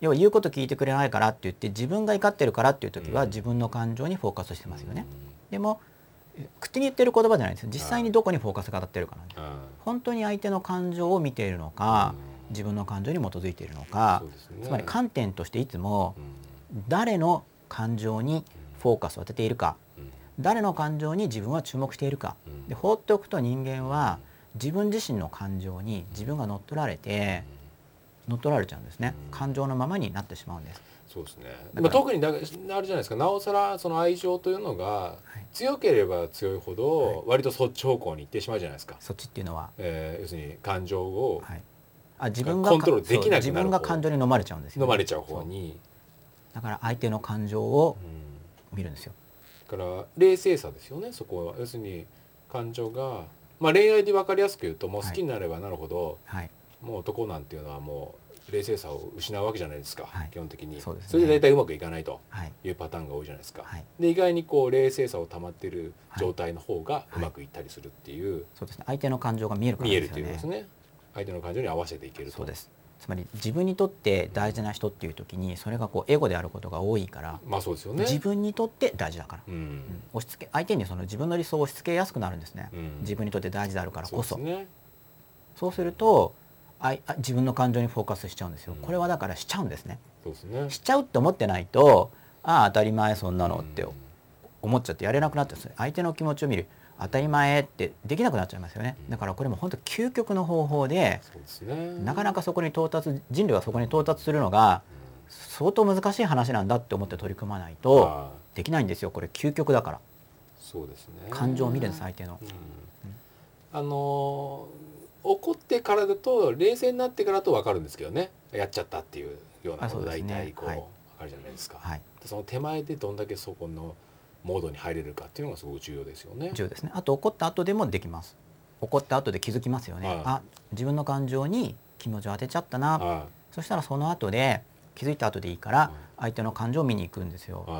Speaker 1: 要は言うこと聞いてくれないからって言って自分が怒ってるからっていう時は
Speaker 2: うん
Speaker 1: 自分の感情にフォーカスして
Speaker 2: うん
Speaker 1: ますよね、でもえ口に言ってる言葉じゃないんですよ実際にどこにフォーカスが当たってるかなんです
Speaker 2: うんうん
Speaker 1: 本当に相手の感情を見ているのか
Speaker 2: うん
Speaker 1: 自分の感情に基づいているのか
Speaker 2: そうですね
Speaker 1: つまり観点としていつも
Speaker 2: うん
Speaker 1: 誰の感情にフォーカスを当てているか
Speaker 2: うん
Speaker 1: 誰の感情に自分は注目しているか
Speaker 2: うん
Speaker 1: で放っておくと人間は自分自身の感情に自分が乗っ取られて乗っ取られちゃうんですね
Speaker 2: うん
Speaker 1: 感情のままになってしまうんです
Speaker 2: そうですね。
Speaker 1: だから
Speaker 2: まあ、特にだあれじゃないですか。なおさらその愛情というのが
Speaker 1: い
Speaker 2: 強ければ強いほ
Speaker 1: は
Speaker 2: ど割とそっち方向に行ってしまうじゃないですか。
Speaker 1: そっちっていうのは
Speaker 2: えー要するに感情を
Speaker 1: はい、あ自分が
Speaker 2: コントロールできなくなる
Speaker 1: そう自分が感情に飲まれちゃうんですよね、
Speaker 2: 飲まれちゃう方
Speaker 1: そ
Speaker 2: に、
Speaker 1: だから相手の感情を
Speaker 2: うん
Speaker 1: 見るんですよ
Speaker 2: だから冷静さですよね。そこは要するに感情がまあ恋愛で分かりやすく言うともう
Speaker 1: はい
Speaker 2: 好きになればなるほど、
Speaker 1: はい
Speaker 2: もう男なんていうのはもう冷静さを失うわけじゃないですか。
Speaker 1: はい
Speaker 2: 基本的に
Speaker 1: そうですね
Speaker 2: れで大体うまくいかないと
Speaker 1: はい
Speaker 2: いうパターンが多いじゃないですか。
Speaker 1: はい
Speaker 2: で意外にこう冷静さを保っている状態の方がうまくいったりするっていう、
Speaker 1: そうですね相手の感情が見えるから
Speaker 2: 見え
Speaker 1: で
Speaker 2: る
Speaker 1: す
Speaker 2: という
Speaker 1: よ
Speaker 2: こと
Speaker 1: ね
Speaker 2: ですね相手の感情に合わせていけると
Speaker 1: そうですつまり自分にとって大事な人っていう時にそれがこうエゴであることが多いから、
Speaker 2: まあそうですよね
Speaker 1: 自分にとって大事だから、
Speaker 2: うん、
Speaker 1: うん押し付け相手にその自分の理想を押し付けやすくなるんですね、
Speaker 2: うん
Speaker 1: 自分にとって大事であるからこそそ
Speaker 2: う
Speaker 1: う,、
Speaker 2: ですね
Speaker 1: するとあいあ自分の感情にフォーカスしちゃうんですよ、
Speaker 2: うん
Speaker 1: これはだからしちゃうんですね
Speaker 2: そうですね
Speaker 1: しちゃうって思ってないとああ当たり前そんなのっ
Speaker 2: う
Speaker 1: て
Speaker 2: ん
Speaker 1: 思っちゃってやれなくなっちゃうんですよ相手の気持ちを見る当たり前ってできなくなっちゃいますよね
Speaker 2: うん
Speaker 1: だからこれも本当究極の方法で
Speaker 2: そうですね
Speaker 1: なかなかそこに到達人類がそこに到達するのが相当難しい話なんだって思って取り組まないと
Speaker 2: ああ
Speaker 1: できないんですよこれ究極だから
Speaker 2: そうですね
Speaker 1: 感情を見るんです相手の
Speaker 2: うんあのー怒ってからだと冷静になってからだと分かるんですけどねやっちゃったっていうような
Speaker 1: あそ
Speaker 2: こと
Speaker 1: うです
Speaker 2: 大
Speaker 1: ね
Speaker 2: 体こう、
Speaker 1: はい
Speaker 2: 分かるじゃないですか、
Speaker 1: はい
Speaker 2: でその手前でどんだけそこのモードに入れるかっていうのがすごく重要ですよね。
Speaker 1: 重要ですねあと怒った後でもできます怒った後で気づきますよね、
Speaker 2: はい
Speaker 1: あ自分の感情に気持ちを当てちゃったな
Speaker 2: は
Speaker 1: そしたらその後で気づいた後でいいから相手の感情を見に行くんですよ
Speaker 2: い、は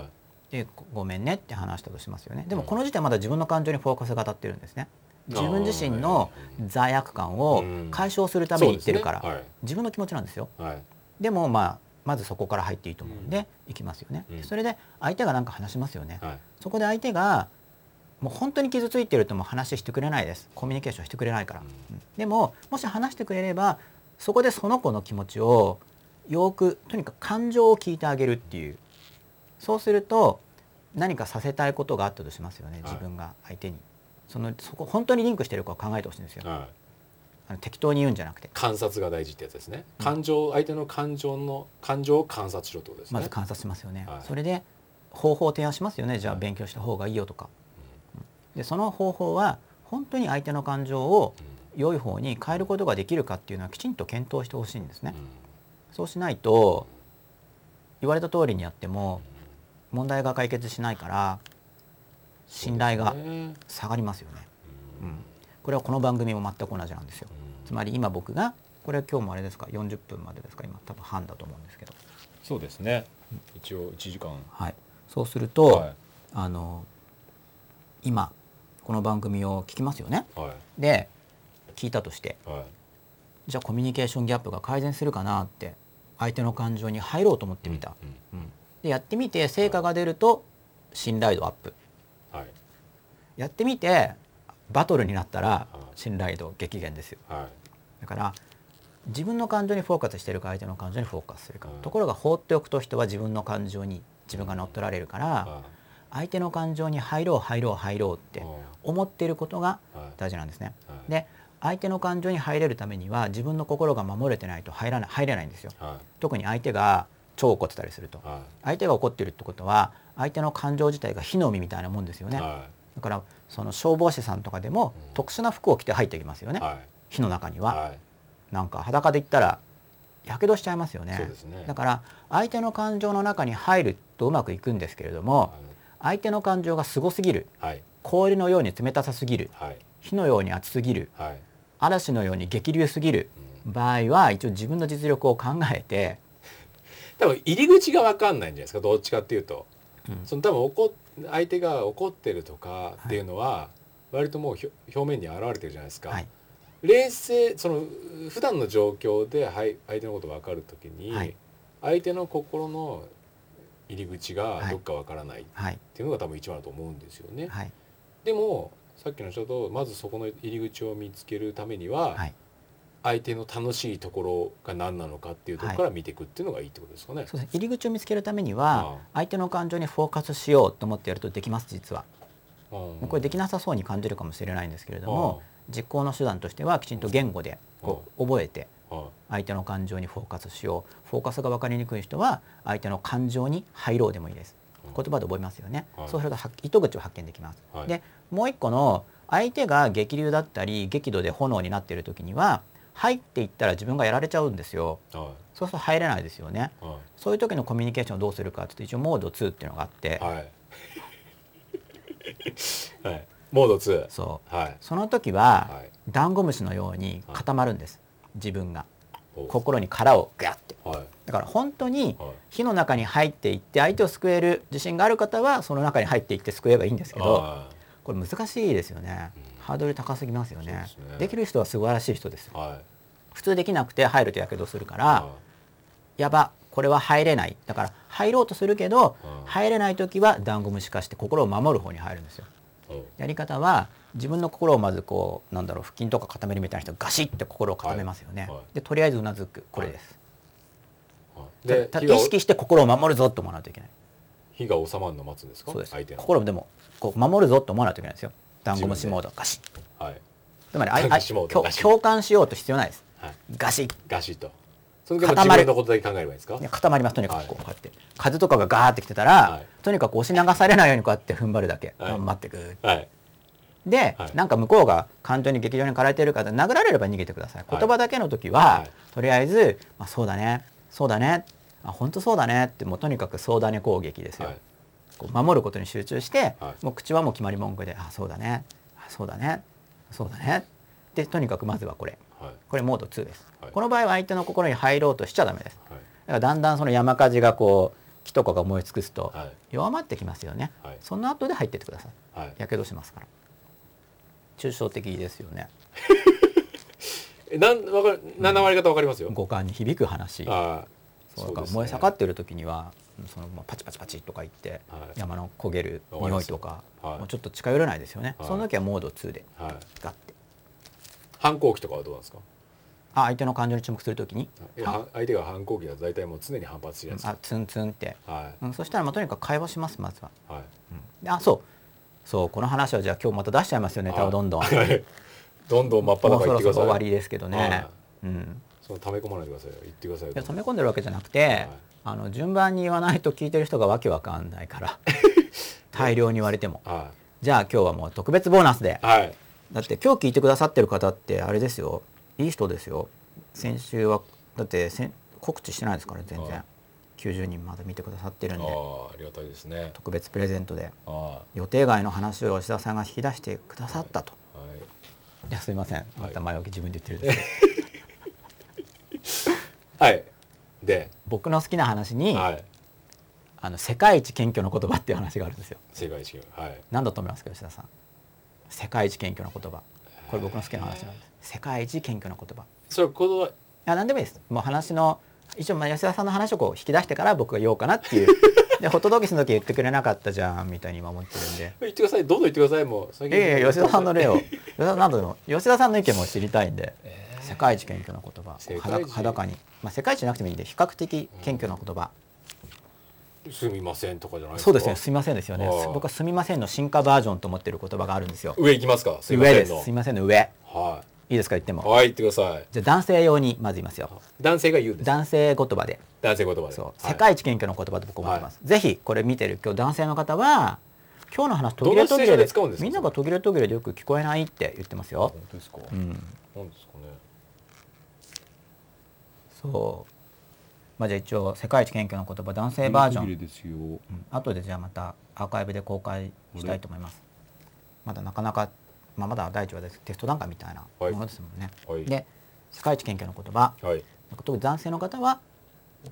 Speaker 2: い
Speaker 1: でごごめんねって話したとしますよねでも
Speaker 2: うん
Speaker 1: この時点まだ自分の感情にフォーカスが当たってるんですね自分自身の
Speaker 2: あー
Speaker 1: 罪悪感を解消するために言ってるから、
Speaker 2: そうですね
Speaker 1: 自分の気持ちなんですよ
Speaker 2: はいはい
Speaker 1: でもまあまずそこから入っていいと思うんで行きますよね、
Speaker 2: うん
Speaker 1: それで相手が何か話しますよね、
Speaker 2: はい
Speaker 1: そこで相手がもう本当に傷ついてるともう話してくれないですコミュニケーションしてくれないから、うんでももし話してくれればそこでその子の気持ちをよくとにかく感情を聞いてあげるっていうそうすると何かさせたいことがあったとしますよね
Speaker 2: はい
Speaker 1: 自分が相手に、そのそこ本当にリンクしてるかを考えてほしいんですよ、
Speaker 2: はい、
Speaker 1: あの適当に言うんじゃなくて
Speaker 2: 観察が大事ってやつですね
Speaker 1: うん
Speaker 2: 感情、相手の感情の感情を観察しろってことですね
Speaker 1: まず観察しますよね、
Speaker 2: はい
Speaker 1: それで方法を提案しますよねじゃあ
Speaker 2: はい
Speaker 1: 勉強した方がいいよとか、でその方法は本当に相手の感情を
Speaker 2: うん
Speaker 1: 良い方に変えることができるかっていうのはきちんと検討してほしいんですね、
Speaker 2: うん
Speaker 1: そうしないと言われた通りにやっても問題が解決しないから信頼が
Speaker 2: そうですね
Speaker 1: 下がりますよね、
Speaker 2: う
Speaker 1: うんん、これはこの番組も全く同じなんですよつまり今僕がこれは今日もあれですか40分までですか今多分半だと思うんですけど
Speaker 3: そうですね一応1時間
Speaker 1: はいそうすると、
Speaker 3: は
Speaker 1: あの今この番組を聞きますよね
Speaker 2: は
Speaker 1: で聞いたとして
Speaker 2: いはい
Speaker 1: じゃあコミュニケーションギャップが改善するかなって相手の感情に入ろうと思ってみた、
Speaker 2: うん
Speaker 1: うんでやってみて成果が出ると信頼度アップ
Speaker 2: はい
Speaker 1: やってみてバトルになったら
Speaker 2: うん
Speaker 1: 信頼度激減ですよ
Speaker 2: はい
Speaker 1: だから自分の感情にフォーカスしてるか相手の感情にフォーカスするか、
Speaker 2: うん
Speaker 1: ところが放っておくと人は自分の感情に自分が乗っ取られるから、
Speaker 2: は
Speaker 1: 相手の感情に入ろう入ろう入ろうっ
Speaker 2: い
Speaker 1: て思っていることが
Speaker 2: はい
Speaker 1: 大事なんですね。
Speaker 2: はい
Speaker 1: で相手の感情に入れるためには自分の心が守れてないと入らない入れないんですよ。
Speaker 2: は
Speaker 1: 特に相手が超怒ってたりすると
Speaker 2: いは
Speaker 1: 相手が怒ってるってことは相手の感情自体が火の海みたいなもんですよ
Speaker 2: い
Speaker 1: ね。
Speaker 2: は
Speaker 1: だからその消防士さんとかでも
Speaker 2: うん
Speaker 1: 特殊な服を着て入ってきますよ
Speaker 2: い
Speaker 1: ね。
Speaker 2: は
Speaker 1: 火の中に
Speaker 2: い
Speaker 1: は
Speaker 2: は
Speaker 1: なんか裸で行ったら火傷しちゃいますよ
Speaker 2: いそう
Speaker 1: ね
Speaker 2: で。すね
Speaker 1: だから相手の感情の中に入るとうまくいくんですけれども相手の感情がすごすぎる
Speaker 2: はい
Speaker 1: 氷のように冷たさすぎる
Speaker 2: はい
Speaker 1: 火のように熱すぎる
Speaker 2: はい
Speaker 1: 嵐のように激流すぎる
Speaker 2: うん
Speaker 1: 場合は一応自分の実力を考えて、
Speaker 2: 多分入り口が分かんないんじゃないですかどっちかっていうと
Speaker 1: うん
Speaker 2: その多分怒っ相手が怒ってるとかっていうのは割ともうひょ表面に現れてるじゃないですか、
Speaker 1: はい
Speaker 2: 冷静その普段の状況ではい相手のこと分かるときに、
Speaker 1: はい
Speaker 2: 相手の心の入り口が
Speaker 1: はい
Speaker 2: どっか分からないっ
Speaker 1: はい
Speaker 2: ていうのが多分一番だと思うんですよね。
Speaker 1: はい
Speaker 2: でもさっきの人とまずそこの入り口を見つけるためには、
Speaker 1: はい
Speaker 2: 相手の楽しいところが何なのかっていうところから見ていくっていうのがいいってことですかね。
Speaker 1: そうですね入り口を見つけるために
Speaker 2: あ
Speaker 1: は相手の感情にフォーカスしようと思ってやるとできます実は
Speaker 2: あうん
Speaker 1: これできなさそうに感じるかもしれないんですけれども実行の手段としてはきちんと言語でこう覚えて
Speaker 2: ああ
Speaker 1: 相手の感情にフォーカスしようフォーカスが分かりにくい人は相手の感情に入ろうでもいいです
Speaker 2: うん
Speaker 1: 言葉で覚えますよね、
Speaker 2: はい
Speaker 1: そうするとは糸口を発見できます、
Speaker 2: はい
Speaker 1: でもう一個の相手が激流だったり激怒で炎になっている時には入っていったら自分がやられちゃうんですよ
Speaker 2: は
Speaker 1: そうすると入れないですよね
Speaker 2: いは
Speaker 1: そういう時のコミュニケーションをどうするかっていうと一応モード2っていうのがあって、
Speaker 2: いはいはいモード2
Speaker 1: そう
Speaker 2: はい
Speaker 1: その時は、
Speaker 2: はい
Speaker 1: ダンゴムシのように固まるんです自分が
Speaker 2: お
Speaker 1: 心に殻をグヤって
Speaker 2: はい
Speaker 1: だから本当に
Speaker 2: はい
Speaker 1: 火の中に入っていって相手を救える自信がある方はその中に入っていって救えばいいんですけど
Speaker 2: は
Speaker 1: これ難しいですよね、
Speaker 2: うん
Speaker 1: ハードル高すぎますよね
Speaker 2: そう
Speaker 1: で
Speaker 2: ですね
Speaker 1: きる人は素晴らしい人ですよ
Speaker 2: いはい
Speaker 1: 普通できなくて入るとやけどするから、
Speaker 2: は
Speaker 1: やばこれは入れないだから入ろうとするけど、
Speaker 2: うん
Speaker 1: 入れない時はダンゴムシ化して心を守る方に入るんですよ
Speaker 2: いお
Speaker 1: やり方は自分の心をまずこうなんだろう腹筋とか固めるみたいな人ガシッて心を固めますよね、
Speaker 2: はいはい
Speaker 1: でとりあえずうなずくこれです、
Speaker 2: はい
Speaker 1: で
Speaker 2: で
Speaker 1: た
Speaker 2: 火
Speaker 1: だ
Speaker 2: が
Speaker 1: 意識して心を守るぞと思わないといけない
Speaker 2: 火が収まるのを待つんですか
Speaker 1: そうです
Speaker 2: 相手の
Speaker 1: 心をでもこう守るぞと思わないといけないですよダンゴムシモードガシッ
Speaker 2: はい
Speaker 1: つまりあい
Speaker 2: ダンゴムシモード
Speaker 1: あい
Speaker 2: ガシッ
Speaker 1: 共共感しようと必要ないです
Speaker 2: はい
Speaker 1: ガシッ
Speaker 2: ガシッとその時は
Speaker 1: 固
Speaker 2: 自
Speaker 1: まる
Speaker 2: 分のことだけ考えればいいですか
Speaker 1: ね固まりますとにかくこうこ
Speaker 2: は
Speaker 1: うやって風とかがガーってきてたら、
Speaker 2: はい
Speaker 1: とにかく押し流されないようにこうやって踏ん張るだけ、
Speaker 2: はい
Speaker 1: 頑張ってくー
Speaker 2: はい
Speaker 1: で、
Speaker 2: はい
Speaker 1: なんか向こうが感情に劇場に駆られてるから殴られれば逃げてください
Speaker 2: はい
Speaker 1: 言葉だけの時は、
Speaker 2: はい
Speaker 1: とりあえず、まあ、そうだねそうだねあ本当そうだねってもうとにかくそうだね攻撃ですよ、
Speaker 2: はい
Speaker 1: こう守ることに集中して、
Speaker 2: はい
Speaker 1: もう口はもう決まり文句であそうだねあそうだねそうだねでとにかくまずはこれ
Speaker 2: はい
Speaker 1: これモード2です、
Speaker 2: はい
Speaker 1: この場合は相手の心に入ろうとしちゃダメです
Speaker 2: は
Speaker 1: だ
Speaker 2: い
Speaker 1: からだんだんその山火事がこう木とかが燃え尽くすと
Speaker 2: はい
Speaker 1: 弱まってきますよね、
Speaker 2: はい
Speaker 1: その後で入ってってください
Speaker 2: はい
Speaker 1: やけどしますから抽象的ですよね
Speaker 2: えなんわかる七割方わかりますよ
Speaker 1: 五感に響く話
Speaker 2: ああ
Speaker 1: そう
Speaker 2: そう
Speaker 1: だ
Speaker 2: です
Speaker 1: から
Speaker 2: ね
Speaker 1: 燃え盛ってる時にはそのまあパチパチパチとか言って
Speaker 2: はい
Speaker 1: 山の焦げる
Speaker 2: わかり
Speaker 1: 匂
Speaker 2: ま
Speaker 1: い
Speaker 2: す
Speaker 1: とか
Speaker 2: はい
Speaker 1: もうちょっと近寄れないですよね、
Speaker 2: はい
Speaker 1: その時はモード2で
Speaker 2: はい
Speaker 1: ガッて
Speaker 2: 反抗期とかはどうなんですか
Speaker 1: あ相手の感情に注目する時に
Speaker 2: いやは相手が反抗期だと大体もう常に反発してるやつ
Speaker 1: あツンツンって、
Speaker 2: は
Speaker 1: うん、そしたらまあとにかく会話しますまずは、
Speaker 2: いは
Speaker 1: であそうそうこの話はじゃあ今日また出しちゃいますよ
Speaker 2: い
Speaker 1: ネタをどん どん、
Speaker 2: はいどんどん真っ
Speaker 1: も
Speaker 2: 裸
Speaker 1: うそ
Speaker 2: 言っ
Speaker 1: ろそろ
Speaker 2: てください
Speaker 1: 終わりですけどね、
Speaker 2: は
Speaker 1: うん
Speaker 2: その溜め込まないでくださいよ言ってくださいよ
Speaker 1: いや溜め込んでるわけじゃなくて、
Speaker 2: はい
Speaker 1: あの順番に言わないと聞いてる人がわけわかんないから 大量に言われても
Speaker 2: は
Speaker 1: じゃあ今日はもう特別ボーナスで
Speaker 2: いはい
Speaker 1: だって今日聞いてくださってる方ってあれですよいい人ですよ先週はだってせん告知してないですから全
Speaker 3: は
Speaker 1: 然
Speaker 3: い
Speaker 1: 90人まだ見てくださってるん
Speaker 3: ああ
Speaker 1: で
Speaker 3: ありがたいですね
Speaker 1: 特別プレゼントで
Speaker 3: ああ
Speaker 1: 予定外の話を吉田さんが引き出してくださったと、
Speaker 3: はい
Speaker 1: い、やすいませんまた前置き自分で言ってるんですけど、
Speaker 2: はいで
Speaker 1: 僕の好きな話に、
Speaker 2: はい
Speaker 1: あの世界一謙虚の言葉っていう話があるんですよ
Speaker 2: 世界一周はい
Speaker 1: 何だと思いますか吉田さん世界一謙虚な言葉これ僕の好きな話なんです世界一謙虚な言葉い
Speaker 2: それこの
Speaker 1: や何でもいいですもう話の一応まあ吉田さんの話をこう引き出してから僕が言おうかなって いうでホットドッグスの時言ってくれなかったじゃんみたいに今思ってるんで
Speaker 2: 言ってくださいどんどん言ってくださいもう先
Speaker 1: いやいや吉田さんの例を吉田さんなんだろう吉田さんの意見も知りたいんで
Speaker 2: え
Speaker 1: 世界一謙虚な言葉
Speaker 2: 世界一
Speaker 1: 裸裸に、まあ、世界一じゃなくてもいいんで比較的謙虚な言葉、
Speaker 2: ーすみませんとかじゃない
Speaker 1: そうです
Speaker 2: か
Speaker 1: ねすみませんですよね
Speaker 2: ああ
Speaker 1: 僕はすみませんの進化バージョンと思ってる言葉があるんですよ
Speaker 2: 上行きますかすいま
Speaker 1: 上で
Speaker 2: せんの
Speaker 1: すすみませんの上
Speaker 2: はい
Speaker 1: いですか言っても
Speaker 2: はい言ってください
Speaker 1: じゃあ男性用にまず言いますよ
Speaker 2: 男性が言うんです
Speaker 1: 男性言葉で
Speaker 2: 男性言葉で
Speaker 1: そう、
Speaker 2: はい
Speaker 1: 世界一謙虚の言葉と僕思ってます、ぜひこれ見てる今日男性の方は今日の話途切れ途切れ
Speaker 2: どのシチュエーション
Speaker 1: で
Speaker 2: で使うんですか
Speaker 1: みんなが途切れ途切れでよく聞こえないって言ってますよ、
Speaker 3: 本当ですか、
Speaker 1: うん、
Speaker 3: なんですかね
Speaker 1: そうまあじゃあ一応世界一謙虚の言葉男性バージョン、
Speaker 3: 途切れですよ
Speaker 1: うん後でじゃあまたアーカイブで公開したいと思いますまだなかなか、まあ、まだ第一話ですテスト段階みたいなも
Speaker 2: はい
Speaker 1: のですもんね、
Speaker 2: はい
Speaker 1: で世界一謙虚の言葉
Speaker 2: はい
Speaker 1: 特に男性の方は、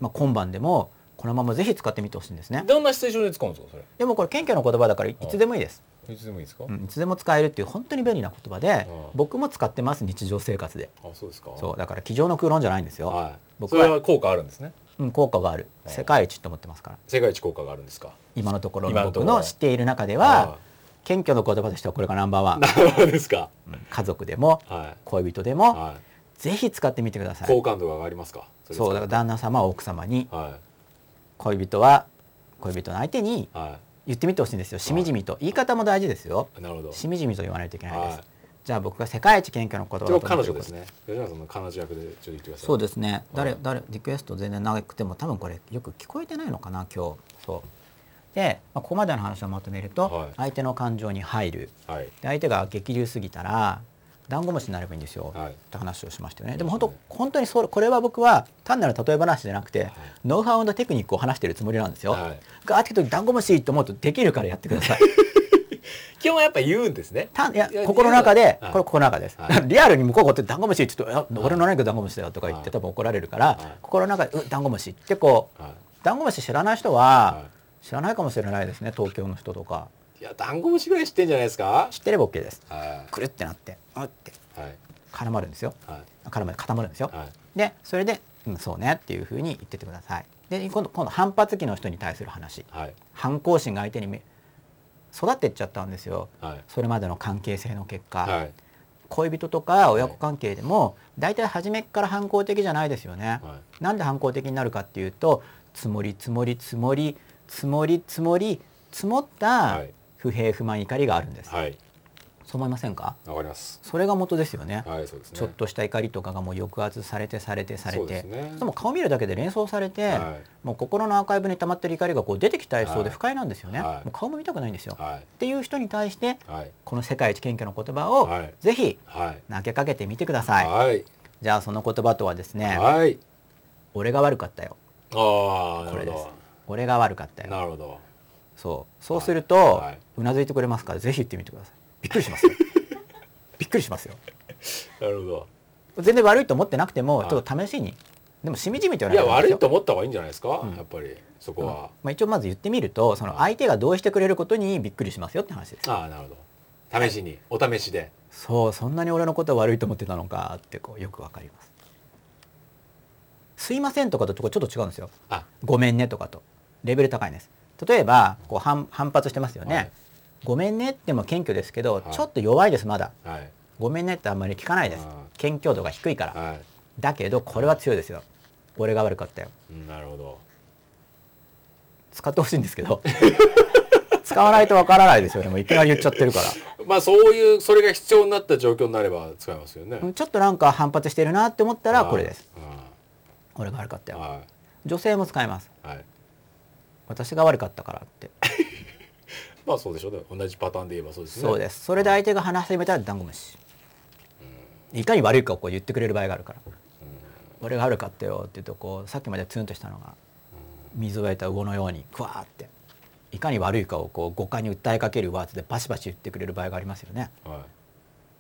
Speaker 1: まあ、今晩でもこのままぜひ使ってみてほしいんですね
Speaker 3: どんなシチュエーションで使うんですかそれ
Speaker 1: でもこれ謙虚の言葉だからいつでもいいです、
Speaker 3: いつでもいいですか、
Speaker 1: うん、いつでも使えるっていう本当に便利な言葉で
Speaker 2: うん
Speaker 1: 僕も使ってます日常生活で
Speaker 2: あそうですか
Speaker 1: そうだから机上の空論じゃないんですよ、
Speaker 2: はい
Speaker 1: 僕
Speaker 3: そ
Speaker 1: は
Speaker 3: れは効果あるんですね
Speaker 1: うん、効果がある
Speaker 3: うん
Speaker 1: 世界一と思ってますから
Speaker 2: 世界一効果があるんですか
Speaker 1: 今のところ
Speaker 3: 今のと
Speaker 1: 僕
Speaker 3: ころ
Speaker 1: の知っている中では謙虚の言葉としてはこれがナンバーワン
Speaker 2: なるほどですか
Speaker 1: うん家族でも
Speaker 2: はい
Speaker 1: 恋人でも
Speaker 2: は
Speaker 1: ぜひ使ってみてくだ
Speaker 2: い
Speaker 1: さい
Speaker 2: 好感度が上がりますか
Speaker 1: そうだから旦那様は奥様に
Speaker 2: らは
Speaker 1: 恋人は恋人の相手に
Speaker 2: いは
Speaker 1: 言ってみてほしいんですよしみじみと言い方も大事ですよ
Speaker 2: いなるほど
Speaker 1: しみじみと言わないといけないです、
Speaker 2: はい
Speaker 1: じゃあ僕が世界一謙虚の言葉だ
Speaker 2: そ
Speaker 1: と
Speaker 2: れ
Speaker 1: 思
Speaker 2: は
Speaker 1: ってること
Speaker 2: 彼女ですね吉永さんの彼女役でちょっと言ってください
Speaker 1: そうですね誰
Speaker 2: はい
Speaker 1: 誰リクエスト全然長くても多分これよく聞こえてないのかな今日そうで、まあ、ここまでの話をまとめると、
Speaker 2: はい
Speaker 1: 相手の感情に入る
Speaker 2: はい
Speaker 1: で相手が激流すぎたらダンゴムシになればいいんですよ、
Speaker 2: はい
Speaker 1: って話をしましたよね。
Speaker 2: そう
Speaker 1: で
Speaker 2: ですね
Speaker 1: も本当本当にそれこれは僕は単なる例え話じゃなくて、
Speaker 2: はい
Speaker 1: ノウハウのテクニックを話してるつもりなんですよ。
Speaker 2: はい
Speaker 1: ガーって時ダンゴムシと思うとできるからやってください。
Speaker 2: 基本はやっぱ言うんですね
Speaker 1: たいや
Speaker 2: いや
Speaker 1: 心の中で、
Speaker 2: はい
Speaker 1: これ心の中です、
Speaker 2: はい
Speaker 1: リアルに向こうがこうやってダンゴムシちょっといや「俺の何がダンゴムシだよ」とか言って
Speaker 2: はい
Speaker 1: 多分怒られるから、
Speaker 2: はい
Speaker 1: 心の中で「うダンゴムシ」ってこう
Speaker 2: は
Speaker 1: ダンゴムシ知らない人
Speaker 2: い
Speaker 1: は
Speaker 2: は
Speaker 1: 知らないかもしれないですね東京の人とか
Speaker 2: いいやダンゴムシぐらい知ってんじゃないですか
Speaker 1: 知ってれば OK です
Speaker 2: は
Speaker 1: くるってなってうって
Speaker 2: いはい
Speaker 1: 絡まるんですよ
Speaker 2: はい
Speaker 1: 絡まる固まるんですよ、
Speaker 2: はい
Speaker 1: でそれで「うんそうね」っていうふうに言っててくださいで今度今度反発期の人に対する話
Speaker 2: はい
Speaker 1: 反抗心が相手にめ育ってっちゃったんですよ
Speaker 2: はい
Speaker 1: それまでの関係性の結果、
Speaker 2: はい
Speaker 1: 恋人とか親子関係でも大体初めっから反抗的じゃないですよね、
Speaker 2: はい
Speaker 1: なんで反抗的になるかっていうと積もり積もり積もり積もり積もり積もった
Speaker 2: はい
Speaker 1: 不平不満怒りがあるんです、
Speaker 2: はい
Speaker 1: そう思いませんか
Speaker 2: わかります
Speaker 1: それが元ですよね、
Speaker 2: はいそうですね
Speaker 1: ちょっとした怒りとかがもう抑圧されてされてされ
Speaker 2: そう
Speaker 1: て
Speaker 2: ですね
Speaker 1: でも顔見るだけで連想されて、
Speaker 2: は
Speaker 1: もう心のアーカイブに溜まってる怒りがこう出てきたりそう
Speaker 2: は
Speaker 1: で
Speaker 2: い
Speaker 1: 不快なんですよね、
Speaker 2: はい
Speaker 1: もう顔も見たくないんですよ、
Speaker 2: いはい
Speaker 1: っていう人に対して
Speaker 2: はい
Speaker 1: この世界一謙虚の言葉を
Speaker 2: はい
Speaker 1: ぜひ
Speaker 2: はい
Speaker 1: 投げかけてみてください、
Speaker 2: はい
Speaker 1: じゃあその言葉とはですね、
Speaker 2: はい
Speaker 1: 俺が悪かったよ
Speaker 2: あ
Speaker 1: こ
Speaker 2: あな
Speaker 1: れ
Speaker 2: る
Speaker 1: で
Speaker 2: ほ
Speaker 1: す俺が悪かった
Speaker 2: ど
Speaker 1: よ
Speaker 2: なるほど
Speaker 1: そうそうする
Speaker 2: は
Speaker 1: と
Speaker 2: いはいう
Speaker 1: なずいてくれますからぜひ言ってみてくださいびっくりしますよ びっくりしますよ
Speaker 2: なるほど
Speaker 1: 全然悪いと思ってなくても
Speaker 2: はい
Speaker 1: ちょっと試しにでもしみじみと言
Speaker 2: いや
Speaker 1: わな
Speaker 2: 悪
Speaker 1: い
Speaker 2: い
Speaker 1: と
Speaker 2: と
Speaker 1: 思
Speaker 2: 思った方がいいんじゃないですか、
Speaker 1: うん
Speaker 2: やっぱりそこ
Speaker 1: うん
Speaker 2: は、
Speaker 1: まあ一応まず言ってみるとその
Speaker 2: は
Speaker 1: 相
Speaker 2: い
Speaker 1: 手が同意してくれることにびっくりしますよって話です
Speaker 2: ああなるほど試しに、お試しで
Speaker 1: そうそんなに俺のことを悪いと思ってたのかってこうよくわかりますすいません」とかとちょっと違うんですよ
Speaker 2: あ
Speaker 1: 「ごめんね」とかとレベル高いんです例えばこう反反発してますよね、
Speaker 2: はい
Speaker 1: ごめんね」っても謙虚ですけど、
Speaker 2: はい
Speaker 1: ちょっと弱いですまだ
Speaker 2: はい
Speaker 1: 「ごめんね」ってあんまり聞かないです
Speaker 2: あ
Speaker 1: 謙虚度が低いから
Speaker 2: は
Speaker 1: だけどこれは強いですよ俺が悪かったよ
Speaker 2: いうんなるほど
Speaker 1: 使ってほしいんですけ ど使わないとわからないですよねもういきなり言っちゃってるから
Speaker 2: まあそういうそれが必要になった状況になれば使えますよね
Speaker 1: うんちょっとなんか反発してるなって思ったらこれです
Speaker 2: あ
Speaker 1: 俺が悪かった
Speaker 2: あ
Speaker 1: よ
Speaker 2: は
Speaker 1: 女性も使えます
Speaker 2: いはい
Speaker 1: 私が悪かったからって
Speaker 2: まあそうでしょうね同じパターンで言えばそうですね
Speaker 1: そうですそれで相手が話し始めたらダンゴムシいかに悪いかをこう言ってくれる場合があるから俺が悪かったよって言うとこうさっきまでツンとしたのが水を得た魚のようにクワーっていかに悪いかをこう五感に訴えかけるワードでバシバシ言ってくれる場合がありますよね
Speaker 2: は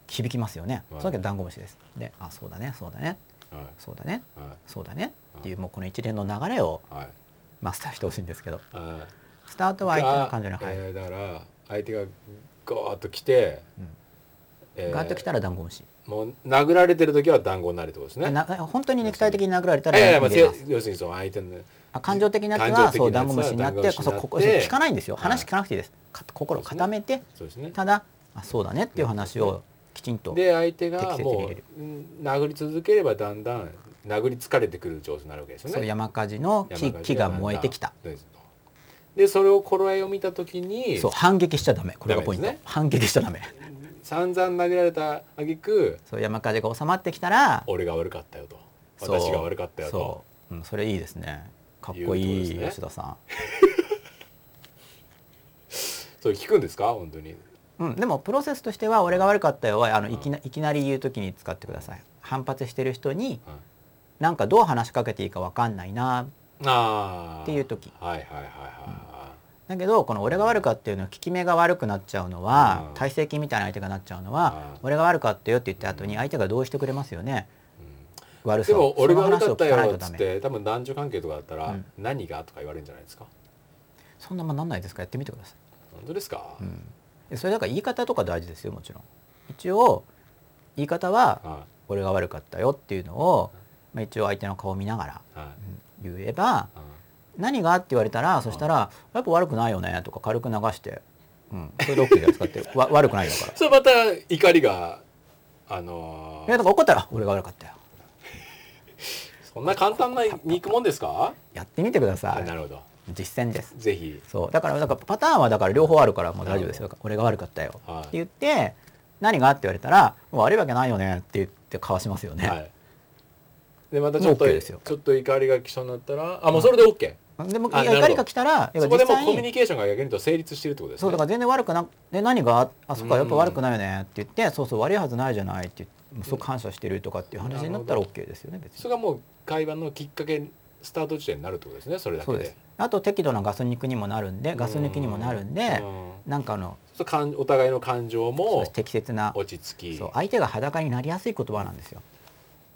Speaker 1: 響きますよね、
Speaker 2: はい
Speaker 1: その時はダンゴムシですであそうだねそうだね
Speaker 2: いは
Speaker 1: そうだね
Speaker 2: いは
Speaker 1: そうだねっていうもうこの一連の流れを
Speaker 2: いはい
Speaker 1: マスターしてほしいんですけど
Speaker 2: はい
Speaker 1: スタートは相手の感情に
Speaker 2: が
Speaker 1: 入る、
Speaker 2: えーだから相手がゴーッと来て、
Speaker 1: うん
Speaker 2: えー
Speaker 1: ガーッときたらダンゴムシ、
Speaker 2: もう殴られてる時は団子になるってことですね。
Speaker 1: な本当に肉体的に殴られた
Speaker 2: いやいや
Speaker 1: ら
Speaker 2: まあ
Speaker 1: 逃げ
Speaker 2: せ
Speaker 1: ます
Speaker 2: 要するにその相手の
Speaker 1: あ感情的なやつ
Speaker 2: 感情
Speaker 1: は
Speaker 2: 的
Speaker 1: そう
Speaker 2: な
Speaker 1: ダ
Speaker 2: や
Speaker 1: ン
Speaker 2: つ
Speaker 1: ゴ
Speaker 2: は
Speaker 1: ムシになっ
Speaker 2: ダンゴ
Speaker 1: て
Speaker 2: ムシ
Speaker 1: こ
Speaker 2: に
Speaker 1: そ
Speaker 2: なって
Speaker 1: ここそう聞かないんですよ話聞かなくていいですか心を固めて
Speaker 2: そうですね。
Speaker 1: ただあそうだねっていう話をきちんと
Speaker 2: で相手が
Speaker 1: 適切に入
Speaker 2: も
Speaker 1: れる
Speaker 2: ううん殴り続ければだんだん殴り疲れてくる状況になるわけですよね。
Speaker 1: そう山火事の木
Speaker 2: 山火
Speaker 1: 木
Speaker 2: 事
Speaker 1: が
Speaker 2: だんだん
Speaker 1: 燃えてきた。
Speaker 2: そうですでそれを頃合いを見た時に
Speaker 1: そう反撃しちゃダメこれがポイント、
Speaker 2: ダメです
Speaker 1: 反撃しちゃダメ
Speaker 2: 散々殴られた挙句
Speaker 1: そう山火事が収まってきたら
Speaker 2: 俺が悪かったよと
Speaker 1: そう
Speaker 2: 私が悪かったよと
Speaker 1: そう、うん、それいいですねかっこいい
Speaker 2: いうことです
Speaker 1: 吉
Speaker 2: ね
Speaker 1: 田さ
Speaker 2: それ聞くんですか本当に
Speaker 1: ん、うん、でもプロセスとしては「俺が悪かったよは」あのいきないきなり言う時に使ってください反発してる人に
Speaker 2: はい
Speaker 1: なんかどう話しかけていいか分かんないな
Speaker 2: ああ
Speaker 1: っていう時
Speaker 2: はいはいはいは
Speaker 1: だけどこの「俺が悪かったよ」の効き目が悪くなっちゃうのは
Speaker 2: うん
Speaker 1: 体制金みたいな相手がなっちゃうのは「
Speaker 2: うん
Speaker 1: 俺が悪かったよ」って言った後に相手がどうしてくれますよね
Speaker 2: い、うん
Speaker 1: 悪さ
Speaker 2: で
Speaker 1: を
Speaker 2: も俺が悪かった
Speaker 1: その話
Speaker 2: よ
Speaker 1: を聞かないと
Speaker 2: っつっ
Speaker 1: ダメ
Speaker 2: て多分男女関係とかだったら、
Speaker 1: うん
Speaker 2: 何がとか言われるんじゃないですか
Speaker 1: そんなもんなんないですからやってみてください
Speaker 2: 本当ですか、
Speaker 1: うんでそれだから言い方とか大事ですよもちろん一応言い方は
Speaker 2: は
Speaker 1: 「俺が悪かったよ」っていうのを、まあ、一応相手の顔を見ながら
Speaker 2: いはい
Speaker 1: うん言えば
Speaker 2: う
Speaker 1: 「
Speaker 2: ん
Speaker 1: 何が?」って言われたらそしたら「やっぱ悪くないよね」とか軽く流して「うん、それで OK じゃないですか」ってわ 悪くないんだから。
Speaker 2: それまた怒りがあの
Speaker 1: い
Speaker 2: ー
Speaker 1: やだから怒ったらあ「俺が悪かったよ」
Speaker 2: そんな簡単なに行くもんですか
Speaker 1: やってみてくだ
Speaker 2: あ
Speaker 1: さ
Speaker 2: ないるほど
Speaker 1: 実践です
Speaker 2: ぜひ
Speaker 1: そうだからだからパターンはだから両方あるからもう大丈夫です
Speaker 2: な
Speaker 1: よ「俺が悪かったよ」
Speaker 2: はい
Speaker 1: って言って「何が?」って言われたら「もう悪いわけないよね」って言ってかわしますよね、
Speaker 2: はいでまたちょっと、
Speaker 1: もう OK です
Speaker 2: ち
Speaker 1: よ
Speaker 2: ょっと怒りがきそうになったらあもうそれで OK
Speaker 1: でも
Speaker 2: あなるほど
Speaker 1: 怒りが来たらやっ
Speaker 2: そ
Speaker 1: ぱ
Speaker 2: こで
Speaker 1: 実
Speaker 2: もう
Speaker 1: 際
Speaker 2: コミュニ
Speaker 1: に
Speaker 2: ケーションが逆に言うと成立してるってことです
Speaker 1: そう
Speaker 2: ね
Speaker 1: だから全然悪くなで何が「あそっか
Speaker 2: うん
Speaker 1: やっぱ悪くないよね」って言って「そうそう悪いはずないじゃない」って言ってもうすごく感謝してるとかっていう話になったら
Speaker 2: なる
Speaker 1: OK ですよね別
Speaker 2: そ
Speaker 1: に
Speaker 2: れがもう会話のきっかけスタート地点になるってことですねそれだけ
Speaker 1: そう
Speaker 2: で
Speaker 1: ですあと適度なガス抜きにもなるんでガス抜きにもなるんで
Speaker 2: うん
Speaker 1: なんかあの
Speaker 2: そうかんお互いの感
Speaker 1: そ
Speaker 2: 情
Speaker 1: う
Speaker 2: も
Speaker 1: です適切な
Speaker 2: 落ち着き
Speaker 1: そう相手が裸になりやすい言葉なんですよ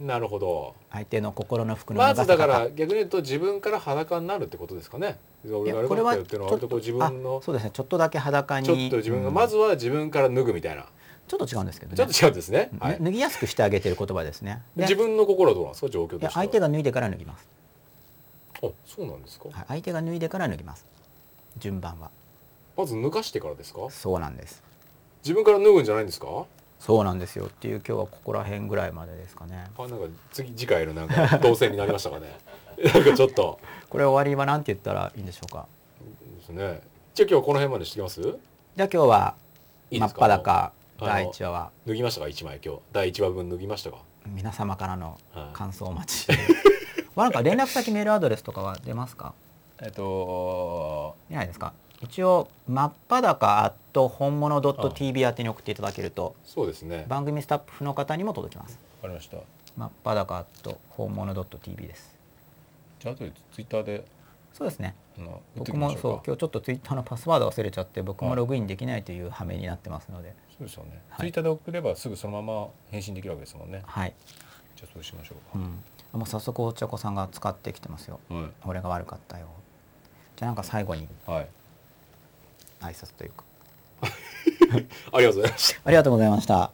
Speaker 2: なるほど
Speaker 1: 相手の心の服の
Speaker 2: ま
Speaker 1: 脱が
Speaker 2: ず
Speaker 1: せ方
Speaker 2: だから逆に言うと自分から裸になるってことですかね俺が悪かったよっていうのは割とこう自分の
Speaker 1: あそうですねちょっとだけ裸に
Speaker 2: ちょっと自分が
Speaker 1: うん
Speaker 2: まずは自分から脱ぐみたいな
Speaker 1: ちょっと違うんですけどね
Speaker 2: ちょっと違うんですね
Speaker 1: うん
Speaker 2: はい
Speaker 1: 脱ぎやすくしてあげてる言葉ですねで
Speaker 2: 自分の心はどうなんですか状況と
Speaker 1: い
Speaker 2: して
Speaker 1: や
Speaker 2: は
Speaker 1: 相手が脱いでから脱ぎます、
Speaker 2: あそうなんですか
Speaker 1: はい、相手が脱いでから脱ぎます順番は
Speaker 2: まず脱がしてからですか
Speaker 1: そうなんです
Speaker 2: 自分から脱ぐんじゃないんですか
Speaker 1: そうなんですよっていう今日はここら辺ぐらいまでですかね
Speaker 2: あなんか次次回のなん か同性になりましたかね なんかちょっと
Speaker 1: これ終わりは何て言ったらいいんでしょうか
Speaker 2: ですねじゃあ今日はこの辺までしてきます
Speaker 1: じゃあ今日はい
Speaker 2: い
Speaker 1: 真
Speaker 2: で
Speaker 1: っ
Speaker 2: すか
Speaker 1: 裸
Speaker 2: あの
Speaker 1: 第1話は
Speaker 2: 脱ぎましたか一枚今日第1話分脱ぎましたか
Speaker 1: 皆様からの
Speaker 2: はい
Speaker 1: 感想をお待ちしてまあなんか連絡先メールアドレスとかは出ますか
Speaker 3: えっと
Speaker 1: いないですか一応真っ裸 at 本物 .tv 宛てに送っていただけると
Speaker 2: そうですね
Speaker 1: 番組スタッフの方にも届きます
Speaker 3: わかりました
Speaker 1: 真っ裸 at 本物 .tv です
Speaker 3: じゃああとでツイッターで
Speaker 1: そうですね
Speaker 3: あの打って
Speaker 1: 僕
Speaker 3: みま
Speaker 1: も
Speaker 3: しょうか
Speaker 1: そう今日ちょっとツイッターのパスワード忘れちゃって僕も
Speaker 3: はい
Speaker 1: ログインできないという羽目になってますので
Speaker 3: そうですよね、
Speaker 1: はい
Speaker 3: ツイッターで送ればすぐそのまま返信できるわけですもんね
Speaker 1: はい、
Speaker 3: じゃあそうしましょ
Speaker 1: う、
Speaker 3: うん
Speaker 1: もう早速お茶子さんが使ってきてますよ
Speaker 3: かはい、
Speaker 1: 俺が悪かったよじゃあなんか最後に
Speaker 3: はい、
Speaker 1: 挨拶というか
Speaker 2: ありがとうございました
Speaker 1: ありがとうございました